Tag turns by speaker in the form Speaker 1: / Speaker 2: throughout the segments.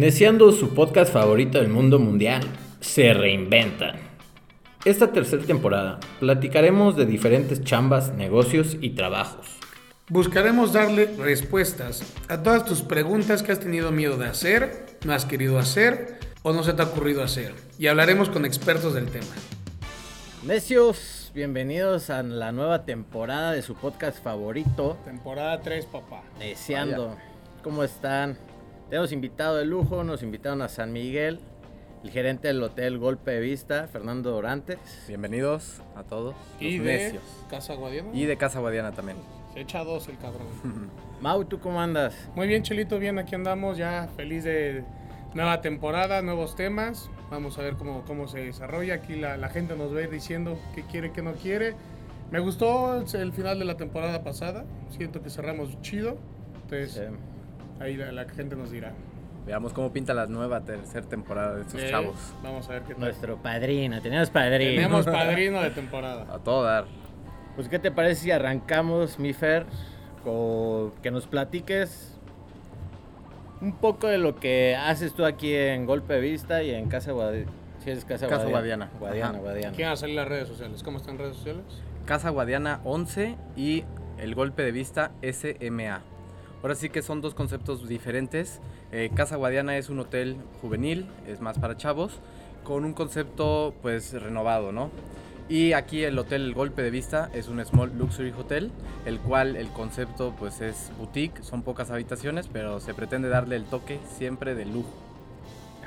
Speaker 1: Neciando su podcast favorito del mundo mundial, se reinventan. Esta tercera temporada platicaremos de diferentes chambas, negocios y trabajos.
Speaker 2: Buscaremos darle respuestas a todas tus preguntas que has tenido miedo de hacer, no has querido hacer o no se te ha ocurrido hacer. Y hablaremos con expertos del tema.
Speaker 3: Necios, bienvenidos a la nueva temporada de su podcast favorito,
Speaker 2: Temporada 3, papá.
Speaker 3: Neciando. ¿Cómo están? Tenemos invitado de lujo, nos invitaron a San Miguel, el gerente del hotel Golpe de Vista, Fernando Dorantes.
Speaker 4: Bienvenidos a todos
Speaker 2: Y
Speaker 4: los
Speaker 2: de
Speaker 4: necios.
Speaker 2: Casa Guadiana.
Speaker 4: Y de Casa Guadiana también.
Speaker 2: Se echa dos el cabrón.
Speaker 3: Mau, ¿tú cómo andas?
Speaker 2: Muy bien, Chelito, bien, aquí andamos ya feliz de nueva temporada, nuevos temas. Vamos a ver cómo, cómo se desarrolla. Aquí la, la gente nos va a ir diciendo qué quiere, qué no quiere. Me gustó el, el final de la temporada pasada. Siento que cerramos chido. Entonces,
Speaker 3: Eh,
Speaker 2: ahí la, la gente nos dirá.
Speaker 4: Veamos cómo pinta la nueva tercera temporada de estos
Speaker 2: Eh,
Speaker 4: chavos.
Speaker 2: Vamos a ver qué tal.
Speaker 3: nuestro padrino, tenemos padrino.
Speaker 2: Tenemos padrino de temporada.
Speaker 4: A todo dar.
Speaker 3: Pues, ¿qué te parece si arrancamos, mi Fer, con que nos platiques un poco de lo que haces tú aquí en Golpe de Vista y en Casa Guadiana? Si es Casa,
Speaker 4: Casa
Speaker 3: Guadiana.
Speaker 4: Guadiana.
Speaker 3: Guadiana,
Speaker 4: Ajá.
Speaker 3: Guadiana.
Speaker 2: ¿Quién va a salir las redes sociales? ¿Cómo están redes sociales?
Speaker 4: Casa Guadiana 11 y el golpe de vista SMA. Ahora sí que son dos conceptos diferentes. Eh, Casa Guadiana es un hotel juvenil, es más para chavos, con un concepto pues renovado, ¿no? Y aquí el hotel El Golpe de Vista es un small luxury hotel, el cual el concepto pues es boutique, son pocas habitaciones, pero se pretende darle el toque siempre de lujo.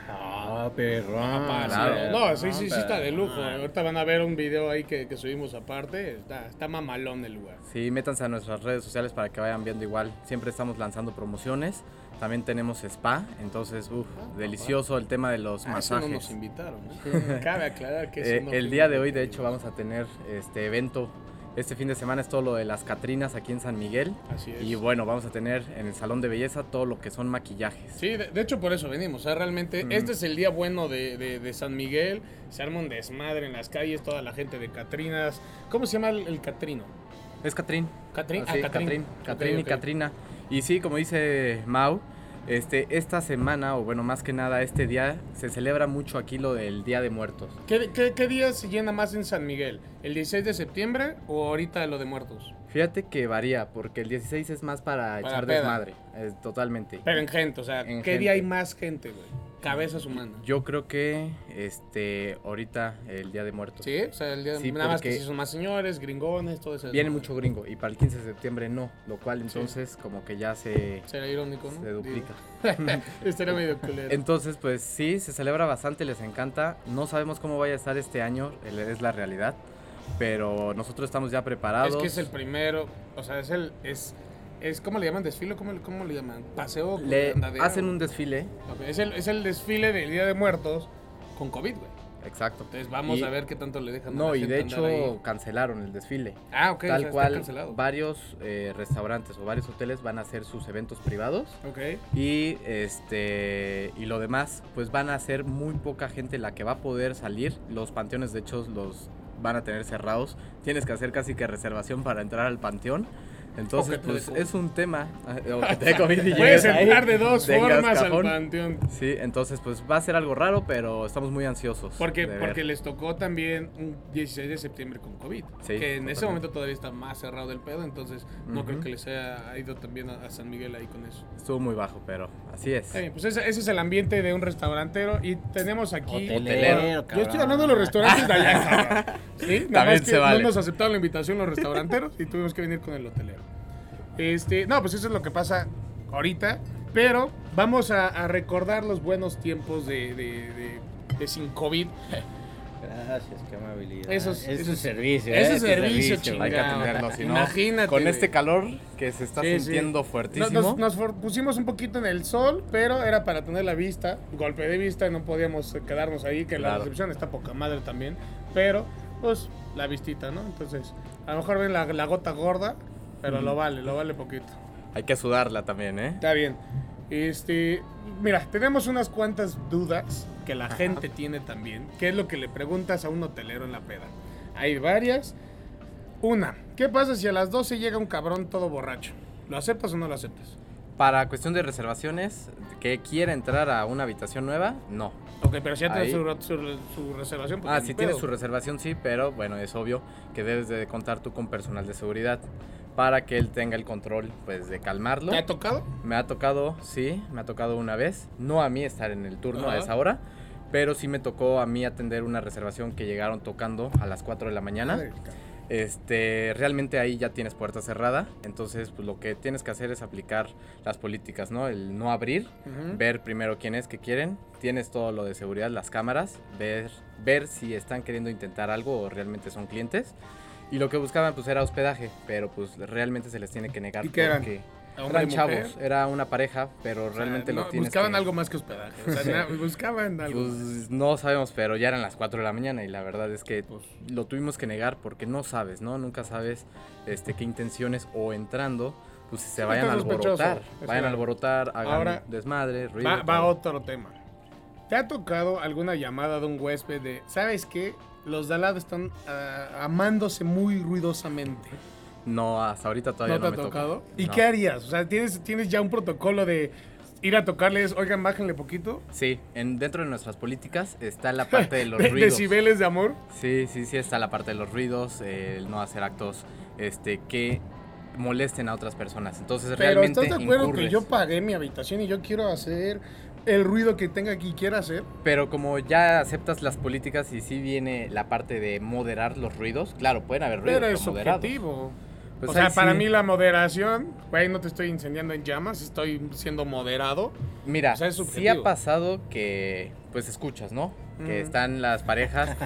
Speaker 3: Ah, perrón.
Speaker 2: Ah, sí,
Speaker 4: claro.
Speaker 2: No, sí, sí, sí
Speaker 3: perrón.
Speaker 2: está de lujo. Ahorita van a ver un video ahí que, que subimos aparte. Está, está mamalón el lugar.
Speaker 4: Sí, métanse a nuestras redes sociales para que vayan viendo igual. Siempre estamos lanzando promociones. También tenemos spa, entonces, uff, delicioso el tema de los
Speaker 2: A Ah, eso no nos
Speaker 4: masajes.
Speaker 2: invitaron. Cabe aclarar que eso
Speaker 4: Eh,
Speaker 2: no
Speaker 4: el
Speaker 2: fue
Speaker 4: día de
Speaker 2: invitado.
Speaker 4: hoy, de hecho, vamos a tener este evento. Este fin de semana es todo lo de las Catrinas aquí en San Miguel.
Speaker 2: Así es.
Speaker 4: Y bueno, vamos a tener en el salón de belleza todo lo que son maquillajes.
Speaker 2: Sí, de, de hecho por eso venimos. O sea, realmente este es el día bueno de, de- de San Miguel. Se arma un desmadre en las calles, toda la gente de Catrinas. ¿Cómo se llama el, el Catrino?
Speaker 4: Es Catrín.
Speaker 2: Catrín,
Speaker 4: Ah,
Speaker 2: ah,
Speaker 4: sí,
Speaker 2: Catrín.
Speaker 4: Catrín,
Speaker 2: Ok,
Speaker 4: Catrín y
Speaker 2: ok.
Speaker 4: Catrina. Y sí, como dice Mau, este, esta semana, o bueno, más que nada este día, se celebra mucho aquí lo del Día de Muertos.
Speaker 2: ¿Qué, qué, qué día se llena más en San Miguel? ¿El 16 de septiembre o ahorita lo de muertos?
Speaker 4: Fíjate que varía, porque el 16 es más para, echar
Speaker 2: peda.
Speaker 4: desmadre, es totalmente.
Speaker 2: Pero en gente, o sea, ¿qué
Speaker 4: En
Speaker 2: día
Speaker 4: gente.
Speaker 2: hay más gente, güey? Cabezas humanas.
Speaker 4: Yo creo que este ahorita el Día de Muertos.
Speaker 2: Sí, pues, o sea, el día de
Speaker 4: Sí,
Speaker 2: nada más que
Speaker 4: porque-
Speaker 2: sí son más señores, gringones, todo eso.
Speaker 4: Viene mucho gringo y para el 15 de septiembre no, lo cual entonces como que ya se,
Speaker 2: Será irónico, ¿no?
Speaker 4: se duplica.
Speaker 2: Digo, Estaría medio culero.
Speaker 4: Entonces, pues sí, se celebra bastante, les encanta. No sabemos cómo vaya a estar este año, el- es la realidad, pero nosotros estamos ya preparados.
Speaker 2: Es que es el primero, o sea, es el es es ¿cómo le llaman desfile, cómo, le- cómo le llaman paseo.
Speaker 4: le
Speaker 2: andadera,
Speaker 4: hacen
Speaker 2: güey?
Speaker 4: un desfile,
Speaker 2: Ok, es el es el desfile del Día de Muertos con COVID, güey.
Speaker 4: exacto.
Speaker 2: Entonces vamos
Speaker 4: Y-
Speaker 2: a ver qué tanto le dejan. a
Speaker 4: No,
Speaker 2: la
Speaker 4: y
Speaker 2: gente
Speaker 4: de
Speaker 2: andar ahí.
Speaker 4: hecho cancelaron el desfile.
Speaker 2: ah, ok, o sea,
Speaker 4: Tal
Speaker 2: está
Speaker 4: cual,
Speaker 2: cancelado.
Speaker 4: varios eh, restaurantes o varios hoteles van a hacer sus eventos privados
Speaker 2: Ok.
Speaker 4: y este y lo demás, pues van a ser muy poca gente la que va a poder salir. Los panteones, de hecho, los van a tener cerrados. Tienes que hacer casi que reservación para entrar al panteón. Entonces,
Speaker 2: O que te dé
Speaker 4: pues
Speaker 2: COVID.
Speaker 4: es un tema. eh, o que te dé COVID y
Speaker 2: Puedes
Speaker 4: llegues ahí,
Speaker 2: entrar de dos
Speaker 4: tengas
Speaker 2: formas al
Speaker 4: cajón.
Speaker 2: panteón.
Speaker 4: Sí, entonces pues va a ser algo raro, pero estamos muy ansiosos.
Speaker 2: Porque,
Speaker 4: de ver.
Speaker 2: porque les tocó también un 16 de septiembre con COVID.
Speaker 4: Sí,
Speaker 2: que en ese
Speaker 4: totalmente.
Speaker 2: momento todavía está más cerrado el pedo, entonces no creo
Speaker 4: Ujú.
Speaker 2: que les haya ido también a, a San Miguel ahí con eso.
Speaker 4: estuvo muy bajo, pero así es.
Speaker 2: Está bien, pues ese, ese es el ambiente de un restaurantero y tenemos aquí...
Speaker 3: Hotelero,
Speaker 2: Yo
Speaker 3: cabrón.
Speaker 2: estoy hablando de los restaurantes de allá, cabrón. ¿Sí? Nada
Speaker 4: También
Speaker 2: más que
Speaker 4: se vale.
Speaker 2: no nos aceptaron la invitación los restauranteros y tuvimos que venir con el hotelero. Este, no, pues eso es lo que pasa ahorita, pero vamos a, a recordar los buenos tiempos de, de- de- de sin COVID.
Speaker 3: Gracias, qué amabilidad.
Speaker 2: Eso
Speaker 3: Eso
Speaker 2: es-
Speaker 3: es,
Speaker 2: eso es-
Speaker 3: servicio.
Speaker 2: eso
Speaker 3: ¿eh?
Speaker 2: es
Speaker 3: Tu
Speaker 2: servicio,
Speaker 3: güey.
Speaker 4: Hay que
Speaker 2: chingado.
Speaker 4: atenderlo, si no,
Speaker 2: Imagínate,
Speaker 4: Con
Speaker 2: güey.
Speaker 4: este calor que se está
Speaker 2: Sí, sí.
Speaker 4: sintiendo
Speaker 2: No,
Speaker 4: fuertísimo.
Speaker 2: Nos, nos for- pusimos un poquito en el sol, pero era para tener la vista, golpe de vista, no podíamos eh, quedarnos ahí, que la
Speaker 4: Claro.
Speaker 2: recepción está poca madre también, pero pues la vistita, ¿no? Entonces, a lo mejor ven la, la gota gorda, pero lo vale, lo vale poquito.
Speaker 4: Hay que sudarla también, ¿eh?
Speaker 2: Está bien. Este, mira, tenemos unas cuantas dudas que la gente tiene también. ¿Qué es lo que le preguntas a un hotelero en la peda? Hay varias. Una, ¿qué pasa si a las 12 llega un cabrón todo borracho? ¿Lo aceptas o no lo aceptas?
Speaker 4: Para cuestión de reservaciones, que quiera entrar a una habitación nueva, no.
Speaker 2: Ok, pero si ya tiene
Speaker 4: Ahí.
Speaker 2: su, su- su reservación. pues,
Speaker 4: Ah,
Speaker 2: ni
Speaker 4: si tienes
Speaker 2: pedo.
Speaker 4: su reservación, sí, pero bueno, es obvio que debes de contar tú con personal de seguridad para que él tenga el control, pues, de calmarlo.
Speaker 2: ¿Te ha tocado?
Speaker 4: Me ha tocado, sí, me ha tocado una vez. No a mí estar en el turno a
Speaker 2: Ajá.
Speaker 4: esa hora, pero sí me tocó a mí atender una reservación que llegaron tocando a las 4 de la mañana.
Speaker 2: Madre, cabrón.
Speaker 4: Este, realmente ahí ya tienes puerta cerrada, entonces pues, lo que tienes que hacer es aplicar las políticas, ¿no? El no abrir,
Speaker 2: Ujú.
Speaker 4: ver primero quién es que quieren, tienes todo lo de seguridad, las cámaras, ver, ver si están queriendo intentar algo o realmente son clientes. Y lo que buscaban pues era hospedaje, pero pues realmente se les tiene que negar
Speaker 2: ¿Y qué eran?
Speaker 4: porque
Speaker 2: Hombre y
Speaker 4: eran
Speaker 2: mujer.
Speaker 4: chavos, era una pareja, pero
Speaker 2: O sea,
Speaker 4: realmente
Speaker 2: no,
Speaker 4: lo tienes
Speaker 2: Buscaban
Speaker 4: que-
Speaker 2: algo más que hospedaje. O sea, na- buscaban algo.
Speaker 4: pues no sabemos, pero ya eran las 4 de la mañana y la verdad es que
Speaker 2: Pues-
Speaker 4: lo tuvimos que negar porque no sabes, ¿no? Nunca sabes este qué intenciones o entrando, pues si se
Speaker 2: no
Speaker 4: vayan a
Speaker 2: estás sospechoso,
Speaker 4: alborotar,
Speaker 2: es
Speaker 4: vayan a
Speaker 2: claro.
Speaker 4: alborotar, hagan
Speaker 2: Ahora,
Speaker 4: desmadre, ruido.
Speaker 2: Va, va
Speaker 4: todo.
Speaker 2: otro tema. ¿Te ha tocado alguna llamada de un huésped de, ¿sabes qué? Los de al lado están ah, amándose muy ruidosamente.
Speaker 4: No, hasta ahorita todavía
Speaker 2: ¿No te
Speaker 4: no,
Speaker 2: ha
Speaker 4: me toca.
Speaker 2: tocado? ¿Y
Speaker 4: No.
Speaker 2: qué harías? O sea, ¿tienes, ¿tienes ya un protocolo de ir a tocarles, oigan, bájenle poquito?
Speaker 4: Sí, en, dentro de nuestras políticas está la parte de los
Speaker 2: De-
Speaker 4: ruidos.
Speaker 2: Decibeles de amor.
Speaker 4: Sí, sí, sí, está la parte de los ruidos, eh, el no hacer actos este que molesten a otras personas. Entonces
Speaker 2: Pero
Speaker 4: realmente
Speaker 2: ¿estás de acuerdo que
Speaker 4: incurres.
Speaker 2: yo pagué mi habitación y yo quiero hacer el ruido que tenga que quiera hacer?
Speaker 4: Pero como ya aceptas las políticas y sí viene la parte de moderar los ruidos, claro, pueden haber ruidos
Speaker 2: Pero es
Speaker 4: moderados.
Speaker 2: subjetivo.
Speaker 4: Pues
Speaker 2: o sea,
Speaker 4: ahí sí.
Speaker 2: para mí la moderación, güey, no te estoy incendiando en llamas, estoy siendo moderado.
Speaker 4: Mira,
Speaker 2: o sea, es
Speaker 4: sí
Speaker 2: subjetivo.
Speaker 4: ha pasado que, pues escuchas, ¿no?
Speaker 2: Ujú.
Speaker 4: Que están las parejas,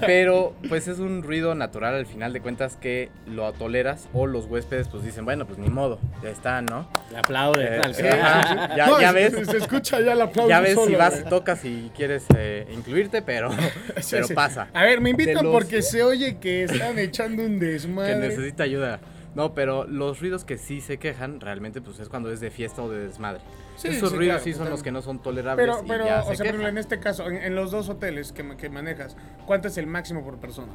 Speaker 4: pero pues es un ruido natural al final de cuentas que lo toleras o los huéspedes pues dicen, bueno, pues ni modo, ya está, ¿no?
Speaker 3: Le aplaude.
Speaker 4: Eh,
Speaker 3: al
Speaker 4: sí,
Speaker 3: que va.
Speaker 4: ajá, ya,
Speaker 2: No,
Speaker 4: ya
Speaker 2: se-
Speaker 4: ves,
Speaker 2: Se, se escucha ya el aplauso.
Speaker 4: ya ves si
Speaker 2: solo,
Speaker 4: vas
Speaker 2: güey.
Speaker 4: y tocas y quieres eh, incluirte, pero,
Speaker 2: Sí,
Speaker 4: pero
Speaker 2: sí.
Speaker 4: pasa.
Speaker 2: A ver, me invitan
Speaker 4: De los-
Speaker 2: porque se oye que están echando un
Speaker 4: que
Speaker 2: desmadre.
Speaker 4: necesita ayuda. No, pero los ruidos que sí se quejan realmente pues es cuando es de fiesta o de desmadre.
Speaker 2: Sí,
Speaker 4: Esos
Speaker 2: sí,
Speaker 4: ruidos
Speaker 2: claro,
Speaker 4: sí son los
Speaker 2: totalmente.
Speaker 4: que no son tolerables
Speaker 2: Pero,
Speaker 4: y
Speaker 2: pero, o sea,
Speaker 4: ya se
Speaker 2: por ejemplo,
Speaker 4: quejan.
Speaker 2: en este caso, en, en los dos hoteles que, ma- que manejas, ¿cuánto es el máximo por persona?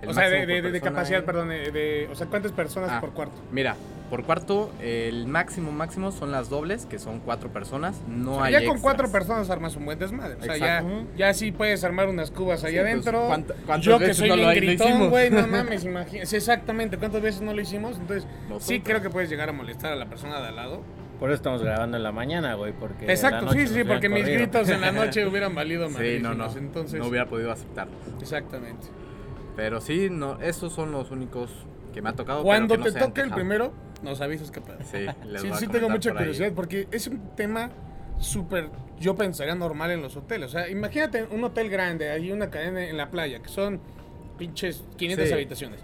Speaker 4: El
Speaker 2: o sea, de,
Speaker 4: máximo por
Speaker 2: de- de
Speaker 4: persona
Speaker 2: capacidad,
Speaker 4: en-
Speaker 2: perdón, de, de- o sea, ¿cuántas personas
Speaker 4: Ah.
Speaker 2: por cuarto?
Speaker 4: Mira, por cuarto, el máximo máximo son las dobles, que son cuatro personas. No
Speaker 2: O sea,
Speaker 4: hay
Speaker 2: ya con
Speaker 4: extras.
Speaker 2: cuatro personas armas un buen desmadre. O sea, ya,
Speaker 4: Exacto.
Speaker 2: ya sí puedes armar unas cubas allá
Speaker 4: Sí, pues,
Speaker 2: adentro.
Speaker 4: ¿cuánta- cuántas
Speaker 2: Yo que
Speaker 4: veces
Speaker 2: soy
Speaker 4: no lo-
Speaker 2: bien
Speaker 4: lo
Speaker 2: gritón,
Speaker 4: hicimos?
Speaker 2: güey, no mames, imagínate. Exactamente, ¿cuántas veces no lo hicimos? Entonces, sí
Speaker 4: Nosotros.
Speaker 2: creo que puedes llegar a molestar a la persona de al lado.
Speaker 3: Por eso estamos grabando en la mañana, güey. Porque en la
Speaker 2: Exacto,
Speaker 3: noche
Speaker 2: sí,
Speaker 3: nos
Speaker 2: sí,
Speaker 3: hubieran
Speaker 2: porque mis
Speaker 3: corrido.
Speaker 2: gritos en la noche hubieran valido más.
Speaker 4: Sí, no, no.
Speaker 2: Entonces,
Speaker 4: No hubiera podido aceptarlos.
Speaker 2: Exactamente.
Speaker 4: Pero sí, no, esos son los únicos que me ha tocado. pero
Speaker 2: Cuando
Speaker 4: que no
Speaker 2: te
Speaker 4: se han
Speaker 2: toque el
Speaker 4: quejado.
Speaker 2: primero, nos avisas qué pedo.
Speaker 4: Sí, les
Speaker 2: Sí,
Speaker 4: voy a
Speaker 2: sí tengo
Speaker 4: comentar
Speaker 2: mucha
Speaker 4: por ahí.
Speaker 2: curiosidad porque es un tema súper, yo pensaría normal en los hoteles. O sea, imagínate un hotel grande, hay una cadena en la playa que son pinches 500
Speaker 4: Sí.
Speaker 2: habitaciones.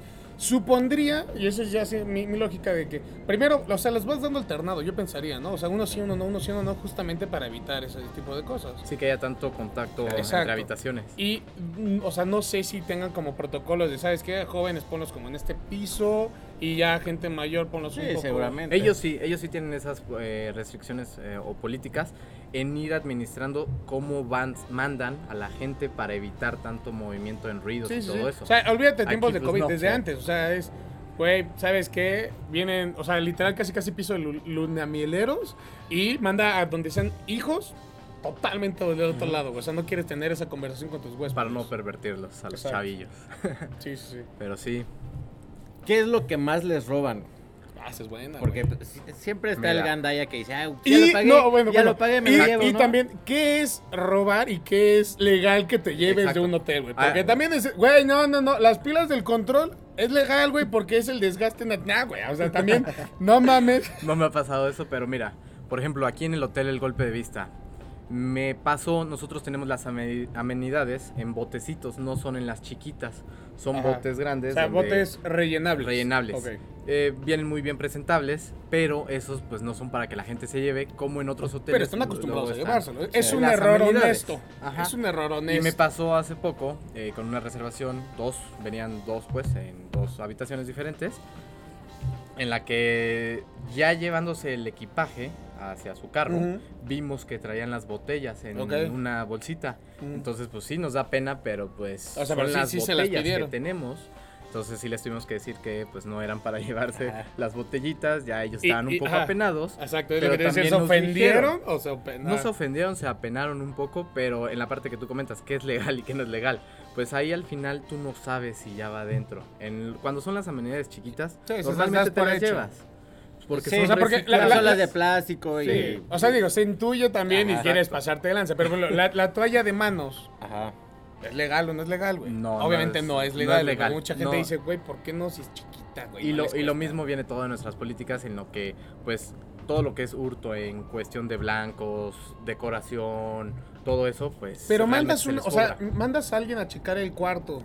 Speaker 2: Supondría, y esa es ya sí, mi, mi lógica de que, primero, o sea, los vas dando alternado, yo pensaría, ¿no? O sea, uno sí, uno no, uno sí, uno no, justamente para evitar ese tipo de cosas.
Speaker 4: Sí que haya tanto contacto
Speaker 2: Exacto.
Speaker 4: entre habitaciones.
Speaker 2: Y, mm, o sea, no sé si tengan como protocolos de, ¿sabes qué? Jóvenes, ponlos como en este piso y ya gente mayor, ponlos un
Speaker 3: Sí,
Speaker 2: poco-
Speaker 3: seguramente.
Speaker 4: Ellos sí, ellos sí tienen esas eh, restricciones eh, o políticas en ir administrando cómo van, mandan a la gente para evitar tanto movimiento en ruidos
Speaker 2: Sí,
Speaker 4: y
Speaker 2: sí,
Speaker 4: todo
Speaker 2: sí.
Speaker 4: eso.
Speaker 2: O sea, olvídate de
Speaker 4: Aquí,
Speaker 2: tiempos de
Speaker 4: pues,
Speaker 2: COVID,
Speaker 4: no,
Speaker 2: desde
Speaker 4: sí.
Speaker 2: antes. O sea, es, güey, ¿sabes qué? Vienen, o sea, literal casi casi piso de lu- lunamieleros y manda a donde sean hijos totalmente del otro lado. güey. O sea, no quieres tener esa conversación con tus huéspedes.
Speaker 4: para no pervertirlos a los
Speaker 2: Exacto.
Speaker 4: chavillos.
Speaker 2: Sí, sí, sí.
Speaker 4: Pero sí,
Speaker 3: ¿Qué es lo que más les roban?
Speaker 2: Ah, esa es buena.
Speaker 3: Porque
Speaker 2: güey.
Speaker 3: si- siempre está el
Speaker 4: Mira.
Speaker 3: gandaya que dice, ah, ya
Speaker 2: Y,
Speaker 3: lo pagué,
Speaker 2: no, bueno,
Speaker 3: ya
Speaker 2: bueno,
Speaker 3: lo pagué, me
Speaker 2: y,
Speaker 3: lo llevo,
Speaker 2: y
Speaker 3: ¿no?
Speaker 2: también, ¿qué es robar y qué es legal que te lleves
Speaker 4: Exacto.
Speaker 2: de un hotel, güey?
Speaker 4: Ah,
Speaker 2: Porque
Speaker 4: güey.
Speaker 2: también es, güey, no, no, no, las pilas del control es legal, güey, porque es el desgaste, nat- nah, güey, o sea, también, no mames.
Speaker 4: no me ha pasado eso, pero mira, por ejemplo, aquí en el hotel El Golpe de Vista, me pasó, nosotros tenemos las ame- amenidades en botecitos, no son en las chiquitas, son
Speaker 2: Ajá.
Speaker 4: botes grandes.
Speaker 2: O sea,
Speaker 4: donde-
Speaker 2: botes rellenables.
Speaker 4: rellenables.
Speaker 2: Ok.
Speaker 4: Eh, vienen muy bien presentables, pero esos pues no son para que la gente se lleve como en otros hoteles.
Speaker 2: Pero están
Speaker 4: luego
Speaker 2: acostumbrados a
Speaker 4: están.
Speaker 2: llevárselo. ¿eh? Es
Speaker 4: Sí.
Speaker 2: un
Speaker 4: Las
Speaker 2: error
Speaker 4: amenidades.
Speaker 2: honesto.
Speaker 4: Ajá.
Speaker 2: Es un error honesto.
Speaker 4: Y me pasó hace poco eh, con una reservación, dos, venían dos pues en dos habitaciones diferentes, en la que ya llevándose el equipaje hacia su carro,
Speaker 2: Ujú.
Speaker 4: vimos que traían las botellas en
Speaker 2: Ok.
Speaker 4: una bolsita.
Speaker 2: Mm.
Speaker 4: Entonces pues sí nos da pena, pero pues
Speaker 2: O sea, pero sí- sí se las
Speaker 4: botellas que
Speaker 2: pidieron.
Speaker 4: tenemos. Entonces sí les tuvimos que decir que pues no eran para llevarse
Speaker 3: Ajá.
Speaker 4: las botellitas, ya ellos
Speaker 2: Y-
Speaker 4: estaban
Speaker 2: y-
Speaker 4: un poco
Speaker 2: ajá.
Speaker 4: apenados.
Speaker 2: Exacto, es lo
Speaker 4: Pero
Speaker 2: que te decía,
Speaker 4: también
Speaker 2: ¿se
Speaker 4: nos
Speaker 2: ofendieron
Speaker 4: dijeron.
Speaker 2: o se ofendaron?
Speaker 4: No se ofendieron, se apenaron un poco, pero en la parte que tú comentas, qué es legal y qué no es legal, pues ahí al final tú no sabes si ya va adentro. En, cuando son las amenidades chiquitas,
Speaker 2: Sí, sí,
Speaker 4: normalmente
Speaker 2: das
Speaker 4: te
Speaker 2: por
Speaker 4: las
Speaker 2: hecho.
Speaker 4: llevas. Porque
Speaker 3: Sí,
Speaker 4: son
Speaker 3: o sea,
Speaker 2: la-
Speaker 3: porque las
Speaker 4: reciclables.
Speaker 2: la-
Speaker 3: olas de plástico y...
Speaker 2: Sí. O sea, digo, se intuye también y
Speaker 3: Ajá.
Speaker 2: quieres pasarte de lanza. Pero por ejemplo, la, la toalla de manos,
Speaker 3: Ajá.
Speaker 2: ¿es legal o no es legal, güey?
Speaker 4: No, no
Speaker 2: Obviamente
Speaker 4: es-
Speaker 2: no es,
Speaker 4: no
Speaker 2: legal.
Speaker 4: es
Speaker 2: güey.
Speaker 4: legal,
Speaker 2: Mucha
Speaker 4: no.
Speaker 2: gente dice, güey, ¿por qué no si es chiquita, güey?
Speaker 4: Y,
Speaker 2: No
Speaker 4: lo,
Speaker 2: les
Speaker 4: y lo
Speaker 2: cuesta.
Speaker 4: mismo viene todo en nuestras políticas, en lo que, pues, todo lo que es hurto en cuestión de blancos, decoración, todo eso, pues.
Speaker 2: Pero
Speaker 4: realmente
Speaker 2: mandas
Speaker 4: se
Speaker 2: un,
Speaker 4: les
Speaker 2: o sea,
Speaker 4: cobra.
Speaker 2: mandas a alguien a checar el cuarto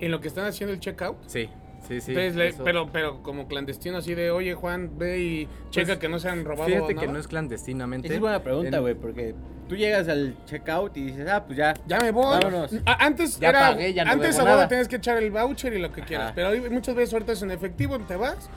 Speaker 2: en lo que están haciendo el checkout.
Speaker 4: Sí, sí, sí.
Speaker 2: Entonces, Pues, le-
Speaker 4: eso-
Speaker 2: pero, pero como clandestino así de, oye Juan, ve y checa que no se han robado.
Speaker 4: Pues, Fíjate que
Speaker 2: nada".
Speaker 4: no es clandestinamente.
Speaker 3: Esa es buena pregunta,
Speaker 4: En-
Speaker 3: güey, porque tú llegas al checkout y dices, ah, pues ya.
Speaker 2: Ya me voy.
Speaker 3: Vámonos.
Speaker 2: A- Antes
Speaker 4: Ya
Speaker 2: era,
Speaker 4: pagué, ya no
Speaker 2: antes
Speaker 4: debo
Speaker 2: a huevo
Speaker 4: nada.
Speaker 2: tenías que echar el voucher y lo que quieras.
Speaker 3: Ajá.
Speaker 2: Pero hoy muchas veces ahorita es en efectivo, te vas.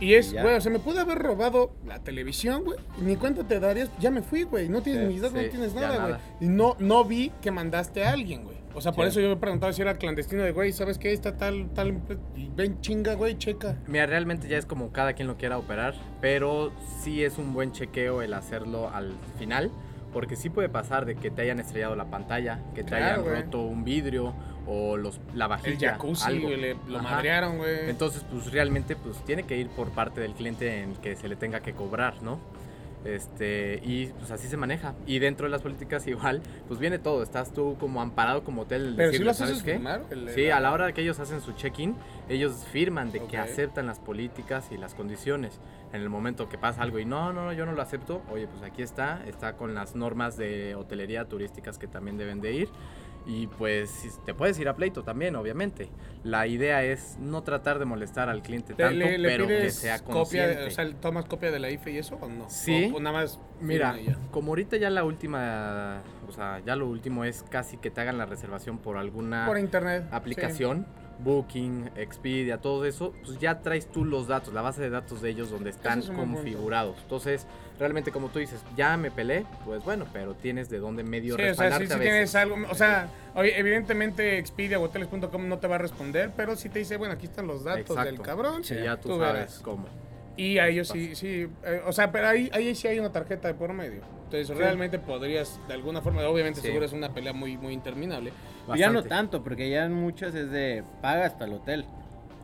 Speaker 2: Y es,
Speaker 3: Y ya.
Speaker 2: güey, o sea, me pude haber robado la televisión, güey. Ni cuenta te darías, ya me fui, güey. No tienes
Speaker 4: Sí,
Speaker 2: mis datos,
Speaker 4: sí,
Speaker 2: no tienes
Speaker 4: ya
Speaker 2: nada, güey.
Speaker 4: nada.
Speaker 2: Y no, no vi que mandaste a alguien, güey. O sea, por eso yo me preguntaba si era clandestino de, güey, ¿sabes qué? Está tal, tal, y ven chinga, güey, checa.
Speaker 4: Mira, realmente ya es como cada quien lo quiera operar, pero sí es un buen chequeo el hacerlo al final, porque sí puede pasar de que te hayan estrellado la pantalla, que te
Speaker 2: Claro,
Speaker 4: hayan
Speaker 2: güey.
Speaker 4: roto un vidrio o los, la
Speaker 2: El
Speaker 4: vajilla,
Speaker 2: jacuzzi,
Speaker 4: algo.
Speaker 2: güey, le- lo
Speaker 4: Ajá.
Speaker 2: madrearon, güey.
Speaker 4: Entonces, pues realmente pues tiene que ir por parte del cliente en que se le tenga que cobrar, ¿no? Este, y pues así se maneja. Y dentro de las políticas igual, pues viene todo. Estás tú como amparado como hotel. el
Speaker 2: Pero si
Speaker 4: decirle,
Speaker 2: lo haces
Speaker 4: "¿Sabes qué?
Speaker 2: firmar. el-
Speaker 4: Sí, a la hora que ellos hacen su check-in, ellos firman de que
Speaker 2: Ok.
Speaker 4: aceptan las políticas y las condiciones. En el momento que pasa algo y no, no, no, yo no lo acepto, oye, pues aquí está, está con las normas de hotelería turísticas que también deben de ir. Y pues si- te puedes ir a pleito también, obviamente. La idea es no tratar de molestar al cliente
Speaker 2: Te-
Speaker 4: tanto,
Speaker 2: le, le
Speaker 4: pero que
Speaker 2: pides
Speaker 4: sea
Speaker 2: copia,
Speaker 4: consciente.
Speaker 2: de- o sea, ¿tomas copia de la IFE y eso o no?
Speaker 4: Sí.
Speaker 2: O, o nada más.
Speaker 4: Mira,
Speaker 2: firma y ya.
Speaker 4: como ahorita ya la última, o sea, ya lo último es casi que te hagan la reservación por alguna
Speaker 2: Por internet. sí.
Speaker 4: ah, aplicación, Booking, Expedia, todo eso, pues ya traes tú los datos, la base de datos de ellos donde están
Speaker 2: es un buen punto.
Speaker 4: configurados. Entonces, realmente como tú dices, ya me pelé, pues bueno, pero tienes de dónde medio
Speaker 2: Sí, o sea,
Speaker 4: respaldarte
Speaker 2: si, si
Speaker 4: a veces.
Speaker 2: tienes algo, o sea, oye, evidentemente Expedia o hoteles.com no te va a responder, pero sí te dice, bueno, aquí están los datos
Speaker 4: Exacto.
Speaker 2: del cabrón.
Speaker 4: Sí, ya tú,
Speaker 2: tú
Speaker 4: sabes
Speaker 2: verás.
Speaker 4: cómo.
Speaker 2: Y a ellos sí, sí, eh, o sea, pero ahí, ahí sí hay una tarjeta de por medio. Entonces, realmente podrías, de alguna forma, obviamente
Speaker 4: Sí.
Speaker 2: seguro es una pelea muy, muy interminable.
Speaker 3: Y pues Ya no
Speaker 4: Bastante.
Speaker 3: tanto, porque ya en muchas es de paga hasta el hotel.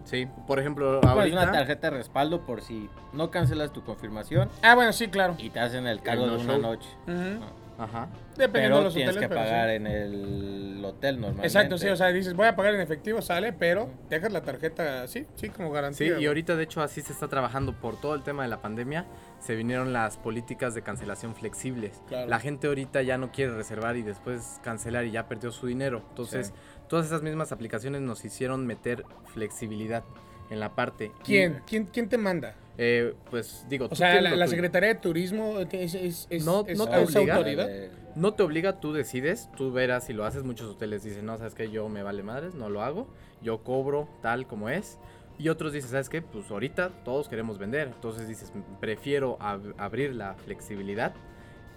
Speaker 4: Sí, por ejemplo,
Speaker 3: Pones una
Speaker 4: ahorita
Speaker 3: tarjeta de respaldo por si no cancelas tu confirmación
Speaker 2: Ah, bueno, sí, claro.
Speaker 3: y te hacen el cargo
Speaker 4: El
Speaker 3: de
Speaker 4: no
Speaker 3: una
Speaker 4: show.
Speaker 3: noche.
Speaker 2: Ujú.
Speaker 4: Ajá.
Speaker 2: Dependiendo de
Speaker 3: Pero
Speaker 2: los
Speaker 3: tienes
Speaker 2: hoteles,
Speaker 3: que
Speaker 2: pero sí.
Speaker 3: pagar en el hotel normalmente.
Speaker 2: Exacto, sí, o sea, dices, voy a pagar en efectivo, sale, pero dejas la tarjeta así, sí, como
Speaker 4: Sí,
Speaker 2: garantía.
Speaker 4: y ahorita de hecho así se está trabajando por todo el tema de la pandemia. Se vinieron las políticas de cancelación flexibles.
Speaker 2: Claro.
Speaker 4: La gente ahorita ya no quiere reservar y después cancelar y ya perdió su dinero. Entonces,
Speaker 3: Sí.
Speaker 4: todas esas mismas aplicaciones nos hicieron meter flexibilidad en la parte.
Speaker 2: ¿Quién, quién, ¿Quién te manda?
Speaker 4: Eh, pues digo,
Speaker 2: O
Speaker 4: tú
Speaker 2: sea,
Speaker 4: tienes
Speaker 2: la,
Speaker 4: lo
Speaker 2: la
Speaker 4: tuyo.
Speaker 2: Secretaría de Turismo es, es, es-
Speaker 4: No-
Speaker 2: es-
Speaker 4: no
Speaker 2: es
Speaker 4: te obliga.
Speaker 2: autoridad.
Speaker 4: No te obliga, tú decides, tú verás si lo haces. Muchos hoteles dicen, no, sabes que yo me vale madres, no lo hago. Yo cobro tal como es. Y otros dicen, ¿sabes qué? Pues ahorita todos queremos vender. Entonces dices, prefiero ab- abrir la flexibilidad,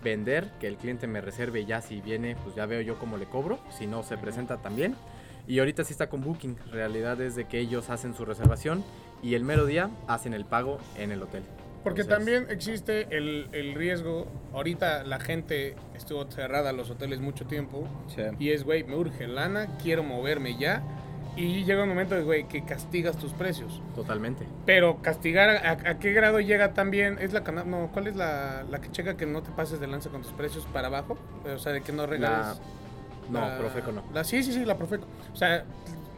Speaker 4: vender, que el cliente me reserve y ya si viene, pues ya veo yo cómo le cobro. Si no, se presenta también. Y ahorita sí está con Booking. Realidad es de que ellos hacen su reservación y el mero día hacen el pago en el hotel.
Speaker 2: Porque
Speaker 4: Entonces,
Speaker 2: también existe el, el riesgo, ahorita la gente estuvo cerrada a los hoteles mucho tiempo,
Speaker 3: Sí.
Speaker 2: y es, güey, me urge lana, quiero moverme ya, y llega un momento de, güey, que castigas tus precios.
Speaker 4: Totalmente.
Speaker 2: Pero castigar, ¿a, a qué grado llega también? ¿Es la cana- No, ¿cuál es la, la que checa que no te pases de lanza con tus precios para abajo? O sea, de que no
Speaker 4: La-
Speaker 2: regales.
Speaker 4: No,
Speaker 2: la-
Speaker 4: Profeco no.
Speaker 2: la- sí, sí, sí, la Profeco. O sea,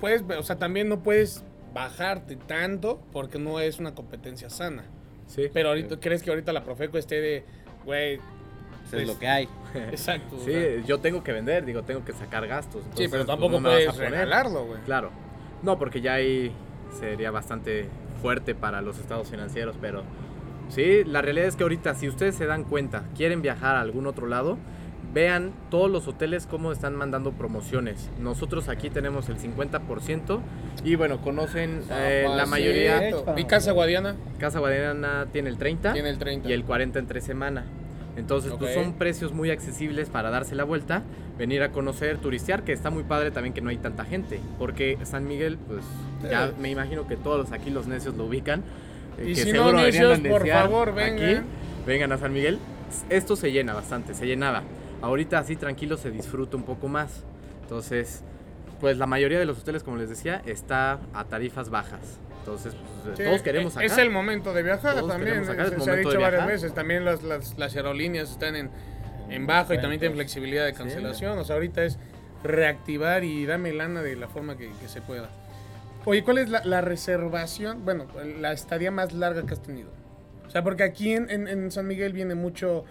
Speaker 2: puedes, o sea, también no puedes bajarte tanto porque no es una competencia sana.
Speaker 4: Sí.
Speaker 2: Pero ahorita, ¿crees que ahorita la Profeco esté de, güey,
Speaker 3: Eso
Speaker 2: pues,
Speaker 3: es lo que hay.
Speaker 2: exacto? o
Speaker 4: Sí,
Speaker 2: sea,
Speaker 4: yo tengo que vender, digo, tengo que sacar gastos.
Speaker 2: sí,
Speaker 4: entonces,
Speaker 2: pero
Speaker 4: pues,
Speaker 2: tampoco
Speaker 4: no me vas a
Speaker 2: puedes
Speaker 4: poner.
Speaker 2: regalarlo, güey.
Speaker 4: Claro. No, porque ya ahí sería bastante fuerte para los estados financieros, pero sí, la realidad es que ahorita, si ustedes se dan cuenta, quieren viajar a algún otro lado, vean todos los hoteles cómo están mandando promociones. Nosotros aquí tenemos el 50% y bueno, conocen eh, la
Speaker 2: Papacito.
Speaker 4: mayoría.
Speaker 2: Mi casa guadiana
Speaker 4: Casa Guadiana tiene el 30%
Speaker 2: tiene el 30.
Speaker 4: y el 40 entre semana. Entonces, pues
Speaker 2: Ok.
Speaker 4: son precios muy accesibles para darse la vuelta, venir a conocer, turistear, que está muy padre también que no hay tanta gente, porque San Miguel, pues ya
Speaker 2: Sí.
Speaker 4: me imagino que todos aquí los necios lo ubican. eh,
Speaker 2: Eh. Y
Speaker 4: que
Speaker 2: si no,
Speaker 4: seguro venían a
Speaker 2: necios, por
Speaker 4: neciar
Speaker 2: favor,
Speaker 4: aquí,
Speaker 2: vengan.
Speaker 4: vengan a San Miguel. Esto se llena bastante, se llenaba. Ahorita así tranquilo se disfruta un poco más. Entonces, pues la mayoría de los hoteles, como les decía, está a tarifas bajas. Entonces, pues,
Speaker 2: Sí,
Speaker 4: todos queremos acá.
Speaker 2: Es el momento de viajar
Speaker 4: Todos
Speaker 2: también.
Speaker 4: queremos acá, es
Speaker 2: se-
Speaker 4: el
Speaker 2: se ha
Speaker 4: momento de
Speaker 2: dicho varias
Speaker 4: viajar.
Speaker 2: veces. También las, las, las aerolíneas están en, en bajo y también tienen flexibilidad de cancelación. O sea, ahorita es reactivar y dame lana de la forma que, que se pueda. Oye, ¿cuál es la, la reservación? Bueno, la estadía más larga que has tenido. O sea, porque aquí en, en- en San Miguel viene mucho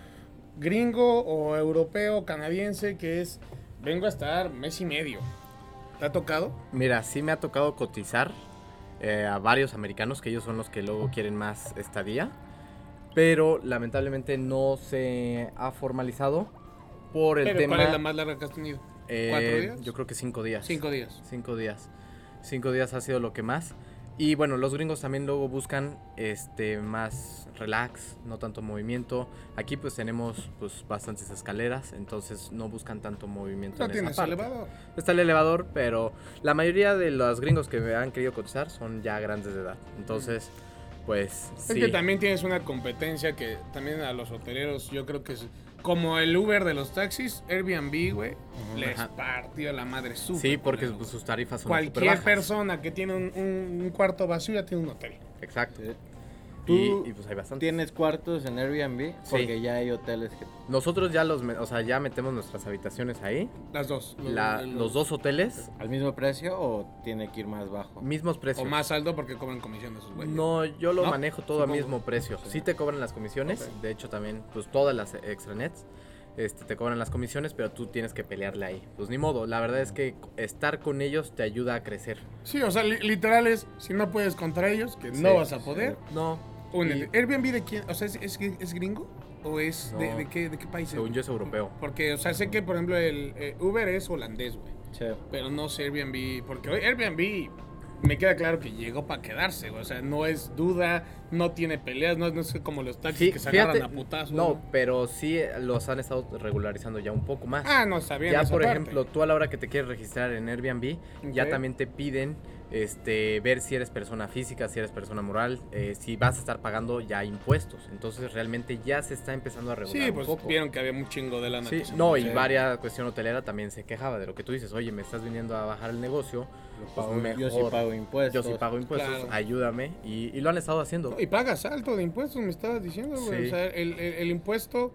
Speaker 2: gringo o europeo, canadiense, que es, vengo a estar mes y medio. ¿Te ha tocado?
Speaker 4: Mira, sí me ha tocado cotizar eh, a varios americanos, que ellos son los que luego quieren más estadía, pero lamentablemente no se ha formalizado por el
Speaker 2: Pero
Speaker 4: tema...
Speaker 2: ¿cuál es la más larga que has tenido?
Speaker 4: eh,
Speaker 2: ¿Cuatro días?
Speaker 4: Yo creo que cinco días.
Speaker 2: Cinco días.
Speaker 4: Cinco días. Cinco días ha sido lo que más. Y bueno, los gringos también luego buscan este más relax, no tanto movimiento. Aquí pues tenemos pues bastantes escaleras, entonces no buscan tanto movimiento.
Speaker 2: No
Speaker 4: en esa
Speaker 2: tienes
Speaker 4: parte.
Speaker 2: elevador.
Speaker 4: Está el elevador, pero la mayoría de los gringos que me han querido cotizar son ya grandes de edad. Entonces, pues
Speaker 2: Es
Speaker 4: sí.
Speaker 2: que también tienes una competencia que también a los hoteleros, yo creo que es como el Uber de los taxis, Airbnb, güey, les
Speaker 4: Ajá.
Speaker 2: partió la madre súper.
Speaker 4: Sí, porque
Speaker 2: culero,
Speaker 4: pues,
Speaker 2: güey.
Speaker 4: sus tarifas son
Speaker 2: cualquier
Speaker 4: superbajas.
Speaker 2: persona que tiene un, un- un cuarto vacío ya tiene un hotel.
Speaker 4: Exacto.
Speaker 2: eh,
Speaker 3: Tú
Speaker 4: Y, y, pues hay bastante.
Speaker 3: ¿Tienes cuartos en Airbnb?
Speaker 4: Sí.
Speaker 3: Porque ya hay hoteles que...
Speaker 4: Nosotros ya los, me- o sea, ya metemos nuestras habitaciones ahí.
Speaker 2: Las dos. Los,
Speaker 4: La- los dos hoteles,
Speaker 3: ¿Al mismo precio o tiene que ir más bajo?
Speaker 4: mismos
Speaker 2: O
Speaker 4: precios.
Speaker 2: más alto porque cobran comisión esos güeyes.
Speaker 4: No, yo lo
Speaker 2: ¿No?
Speaker 4: manejo todo al
Speaker 2: Supongo.
Speaker 4: mismo precio. Sí te cobran las comisiones, de hecho también, pues todas las extranets este, te cobran las comisiones, pero tú tienes que pelearle ahí. Pues ni modo, la verdad es que estar con ellos te ayuda a crecer.
Speaker 2: Sí, o sea, li- literal es, si no puedes contra ellos, que
Speaker 4: Sí,
Speaker 2: no vas a
Speaker 4: sí.
Speaker 2: poder,
Speaker 4: No.
Speaker 2: únete.
Speaker 4: y
Speaker 2: ¿Airbnb de quién? O sea, ¿es, es- es gringo? ¿O es de,
Speaker 4: No.
Speaker 2: de qué, de qué país? es?
Speaker 4: Según yo es europeo.
Speaker 2: Porque, o sea, sé que, por ejemplo, el eh, Uber es holandés, güey.
Speaker 3: Sí.
Speaker 2: Pero no sé Airbnb, porque hoy Airbnb me queda claro que llegó para quedarse, güey. O sea, no es duda, no tiene peleas, no, no es como los taxis
Speaker 4: Sí,
Speaker 2: que se
Speaker 4: fíjate,
Speaker 2: agarran a putazos.
Speaker 4: no, pero sí eh, los han estado regularizando ya un poco más.
Speaker 2: Ah, no, está bien.
Speaker 4: ya
Speaker 2: esa
Speaker 4: por
Speaker 2: parte.
Speaker 4: ejemplo, tú a la hora que te quieres registrar en Airbnb, ya
Speaker 2: Ok.
Speaker 4: también te piden este ver si eres persona física, si eres persona moral, eh, si vas a estar pagando ya impuestos. Entonces realmente ya se está empezando a regular
Speaker 2: Sí,
Speaker 4: un
Speaker 2: pues
Speaker 4: poco.
Speaker 2: vieron que había un chingo de lana.
Speaker 4: Sí,
Speaker 2: que se
Speaker 4: no, y
Speaker 2: movía.
Speaker 4: varia cuestión hotelera también se quejaba de lo que tú dices, oye, me estás viniendo a bajar el negocio, pues
Speaker 3: Yo sí
Speaker 4: mejor,
Speaker 3: pago impuestos.
Speaker 4: yo sí pago impuestos,
Speaker 2: Claro.
Speaker 4: ayúdame, y, y lo han estado haciendo.
Speaker 2: No, Y pagas alto de impuestos, me estabas diciendo, güey.
Speaker 4: Sí.
Speaker 2: O sea, el, el- el impuesto.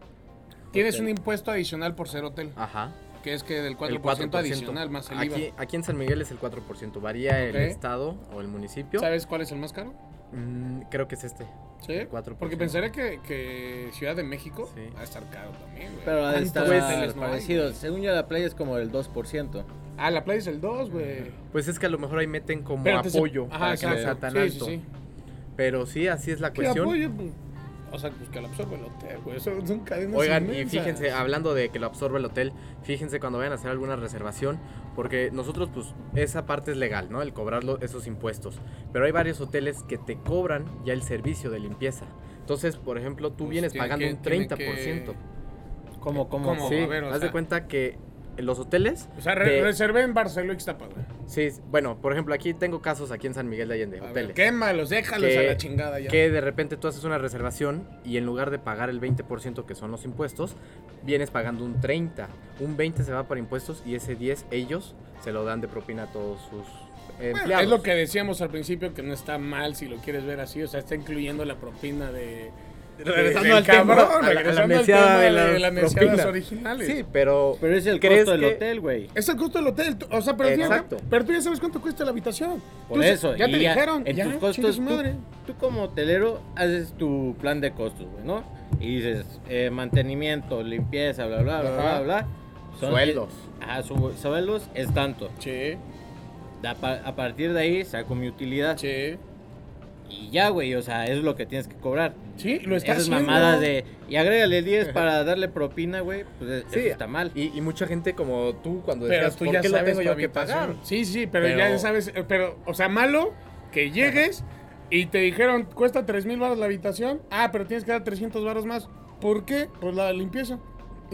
Speaker 2: Tienes
Speaker 3: Hotel.
Speaker 2: un impuesto adicional por ser hotel,
Speaker 4: Ajá.
Speaker 2: que es que del 4%,
Speaker 4: Ah. el
Speaker 2: adicional más el
Speaker 4: aquí,
Speaker 2: IVA.
Speaker 4: aquí en San Miguel es el 4%, varía el
Speaker 2: Ok.
Speaker 4: estado o el municipio.
Speaker 2: ¿Sabes cuál es el más caro?
Speaker 4: Mm, creo que es este.
Speaker 2: Sí,
Speaker 4: El 4%.
Speaker 2: porque pensaría que, que Ciudad de México
Speaker 4: Sí.
Speaker 2: va a estar caro también, güey.
Speaker 3: Pero ha de
Speaker 2: ¿Cuántos
Speaker 3: estar
Speaker 2: hoteles no hay,
Speaker 3: parecido.
Speaker 2: güey?
Speaker 3: Según yo, la playa es como el 2%.
Speaker 2: Ah, la playa es el 2, güey.
Speaker 4: Pues es que a lo mejor ahí meten como
Speaker 2: Pero te-
Speaker 4: apoyo
Speaker 2: ajá,
Speaker 4: para que no sea
Speaker 2: exacto.
Speaker 4: tan
Speaker 2: Sí,
Speaker 4: alto.
Speaker 2: Sí, sí.
Speaker 4: Pero sí, así es la
Speaker 2: Que
Speaker 4: cuestión.
Speaker 2: apoyo, pues, o sea, pues que la absorbe el hotel, güey. Eso son cadenas
Speaker 4: Oigan,
Speaker 2: inmensas.
Speaker 4: y fíjense, hablando de que lo absorbe el hotel, fíjense cuando vayan a hacer alguna reservación, porque nosotros, pues, esa parte es legal, ¿no? El cobrar lo- esos impuestos. Pero hay varios hoteles que te cobran ya el servicio de limpieza. Entonces, por ejemplo, tú
Speaker 2: Pues
Speaker 4: vienes
Speaker 2: tienen
Speaker 4: pagando
Speaker 2: que-
Speaker 4: un
Speaker 2: tienen
Speaker 4: 30%.
Speaker 3: ¿Cómo, cómo?
Speaker 2: ¿Cómo?
Speaker 4: Sí,
Speaker 2: a ver, o
Speaker 4: haz
Speaker 2: sea-
Speaker 4: de cuenta que los hoteles.
Speaker 2: O sea, re-
Speaker 4: te-
Speaker 2: reservé en Barcelona y Xtapa, güey.
Speaker 4: sí, bueno, por ejemplo, aquí tengo casos aquí en San Miguel de Allende,
Speaker 2: A
Speaker 4: hoteles.
Speaker 2: ver, Quémalos, déjalos
Speaker 4: Que-
Speaker 2: a la chingada ya.
Speaker 4: Que de repente tú haces una reservación y en lugar de pagar el 20% que son los impuestos, vienes pagando un 30. Un 20 se va para impuestos y ese 10 ellos se lo dan de propina a todos sus eh,
Speaker 2: Bueno,
Speaker 4: empleados.
Speaker 2: es lo que decíamos al principio, que no está mal si lo quieres ver así. O sea, está incluyendo la propina de...
Speaker 4: Regresando
Speaker 2: del
Speaker 4: al tema,
Speaker 2: cabrón,
Speaker 4: a la- a la
Speaker 2: regresando al
Speaker 4: neceada
Speaker 2: tema
Speaker 4: de
Speaker 2: de,
Speaker 4: las
Speaker 2: las neceadas
Speaker 4: propinas.
Speaker 2: originales.
Speaker 4: Sí, pero
Speaker 3: Pero es el
Speaker 4: ¿crees
Speaker 3: costo del
Speaker 4: que-
Speaker 3: hotel, güey.
Speaker 2: Es el costo del hotel. tú- O sea, pero, fíjate,
Speaker 4: Exacto.
Speaker 2: pero tú ya sabes cuánto cuesta la habitación.
Speaker 3: Por
Speaker 2: Tú sa-
Speaker 3: eso.
Speaker 2: Ya
Speaker 3: y
Speaker 2: te dijeron.
Speaker 3: En
Speaker 2: ya,
Speaker 3: tus
Speaker 2: chingue
Speaker 3: costos,
Speaker 2: su
Speaker 3: tú,
Speaker 2: madre.
Speaker 3: tú como hotelero haces tu plan de costos, güey, ¿no? Y dices, eh, mantenimiento, limpieza, bla, bla, bla,
Speaker 2: Ajá.
Speaker 3: bla, bla. Son-
Speaker 4: Sueldos.
Speaker 3: Ajá, su- sueldos es tanto.
Speaker 2: Che,
Speaker 3: Da pa- a partir de ahí saco mi utilidad.
Speaker 2: che.
Speaker 3: Y ya, güey, o sea, eso es lo que tienes que cobrar.
Speaker 2: Sí, lo estás
Speaker 3: Esas
Speaker 2: haciendo.
Speaker 3: mamadas de. Y agrégale 10 para darle propina, güey. Pues es-
Speaker 4: Sí,
Speaker 3: eso está mal.
Speaker 4: Y, y mucha gente como tú cuando
Speaker 2: Pero
Speaker 4: decías,
Speaker 2: tú
Speaker 4: pues, ¿por
Speaker 2: ya
Speaker 4: qué lo
Speaker 2: sabes
Speaker 4: tengo
Speaker 2: tu
Speaker 4: yo que
Speaker 2: habitación.
Speaker 4: pagar?
Speaker 2: Sí, sí, pero,
Speaker 4: Pero-
Speaker 2: ya sabes. eh, Pero, o sea, malo que llegues y te dijeron, cuesta 3 mil baros la habitación. Ah, pero tienes que dar 300 baros más. ¿Por qué? Pues la limpieza.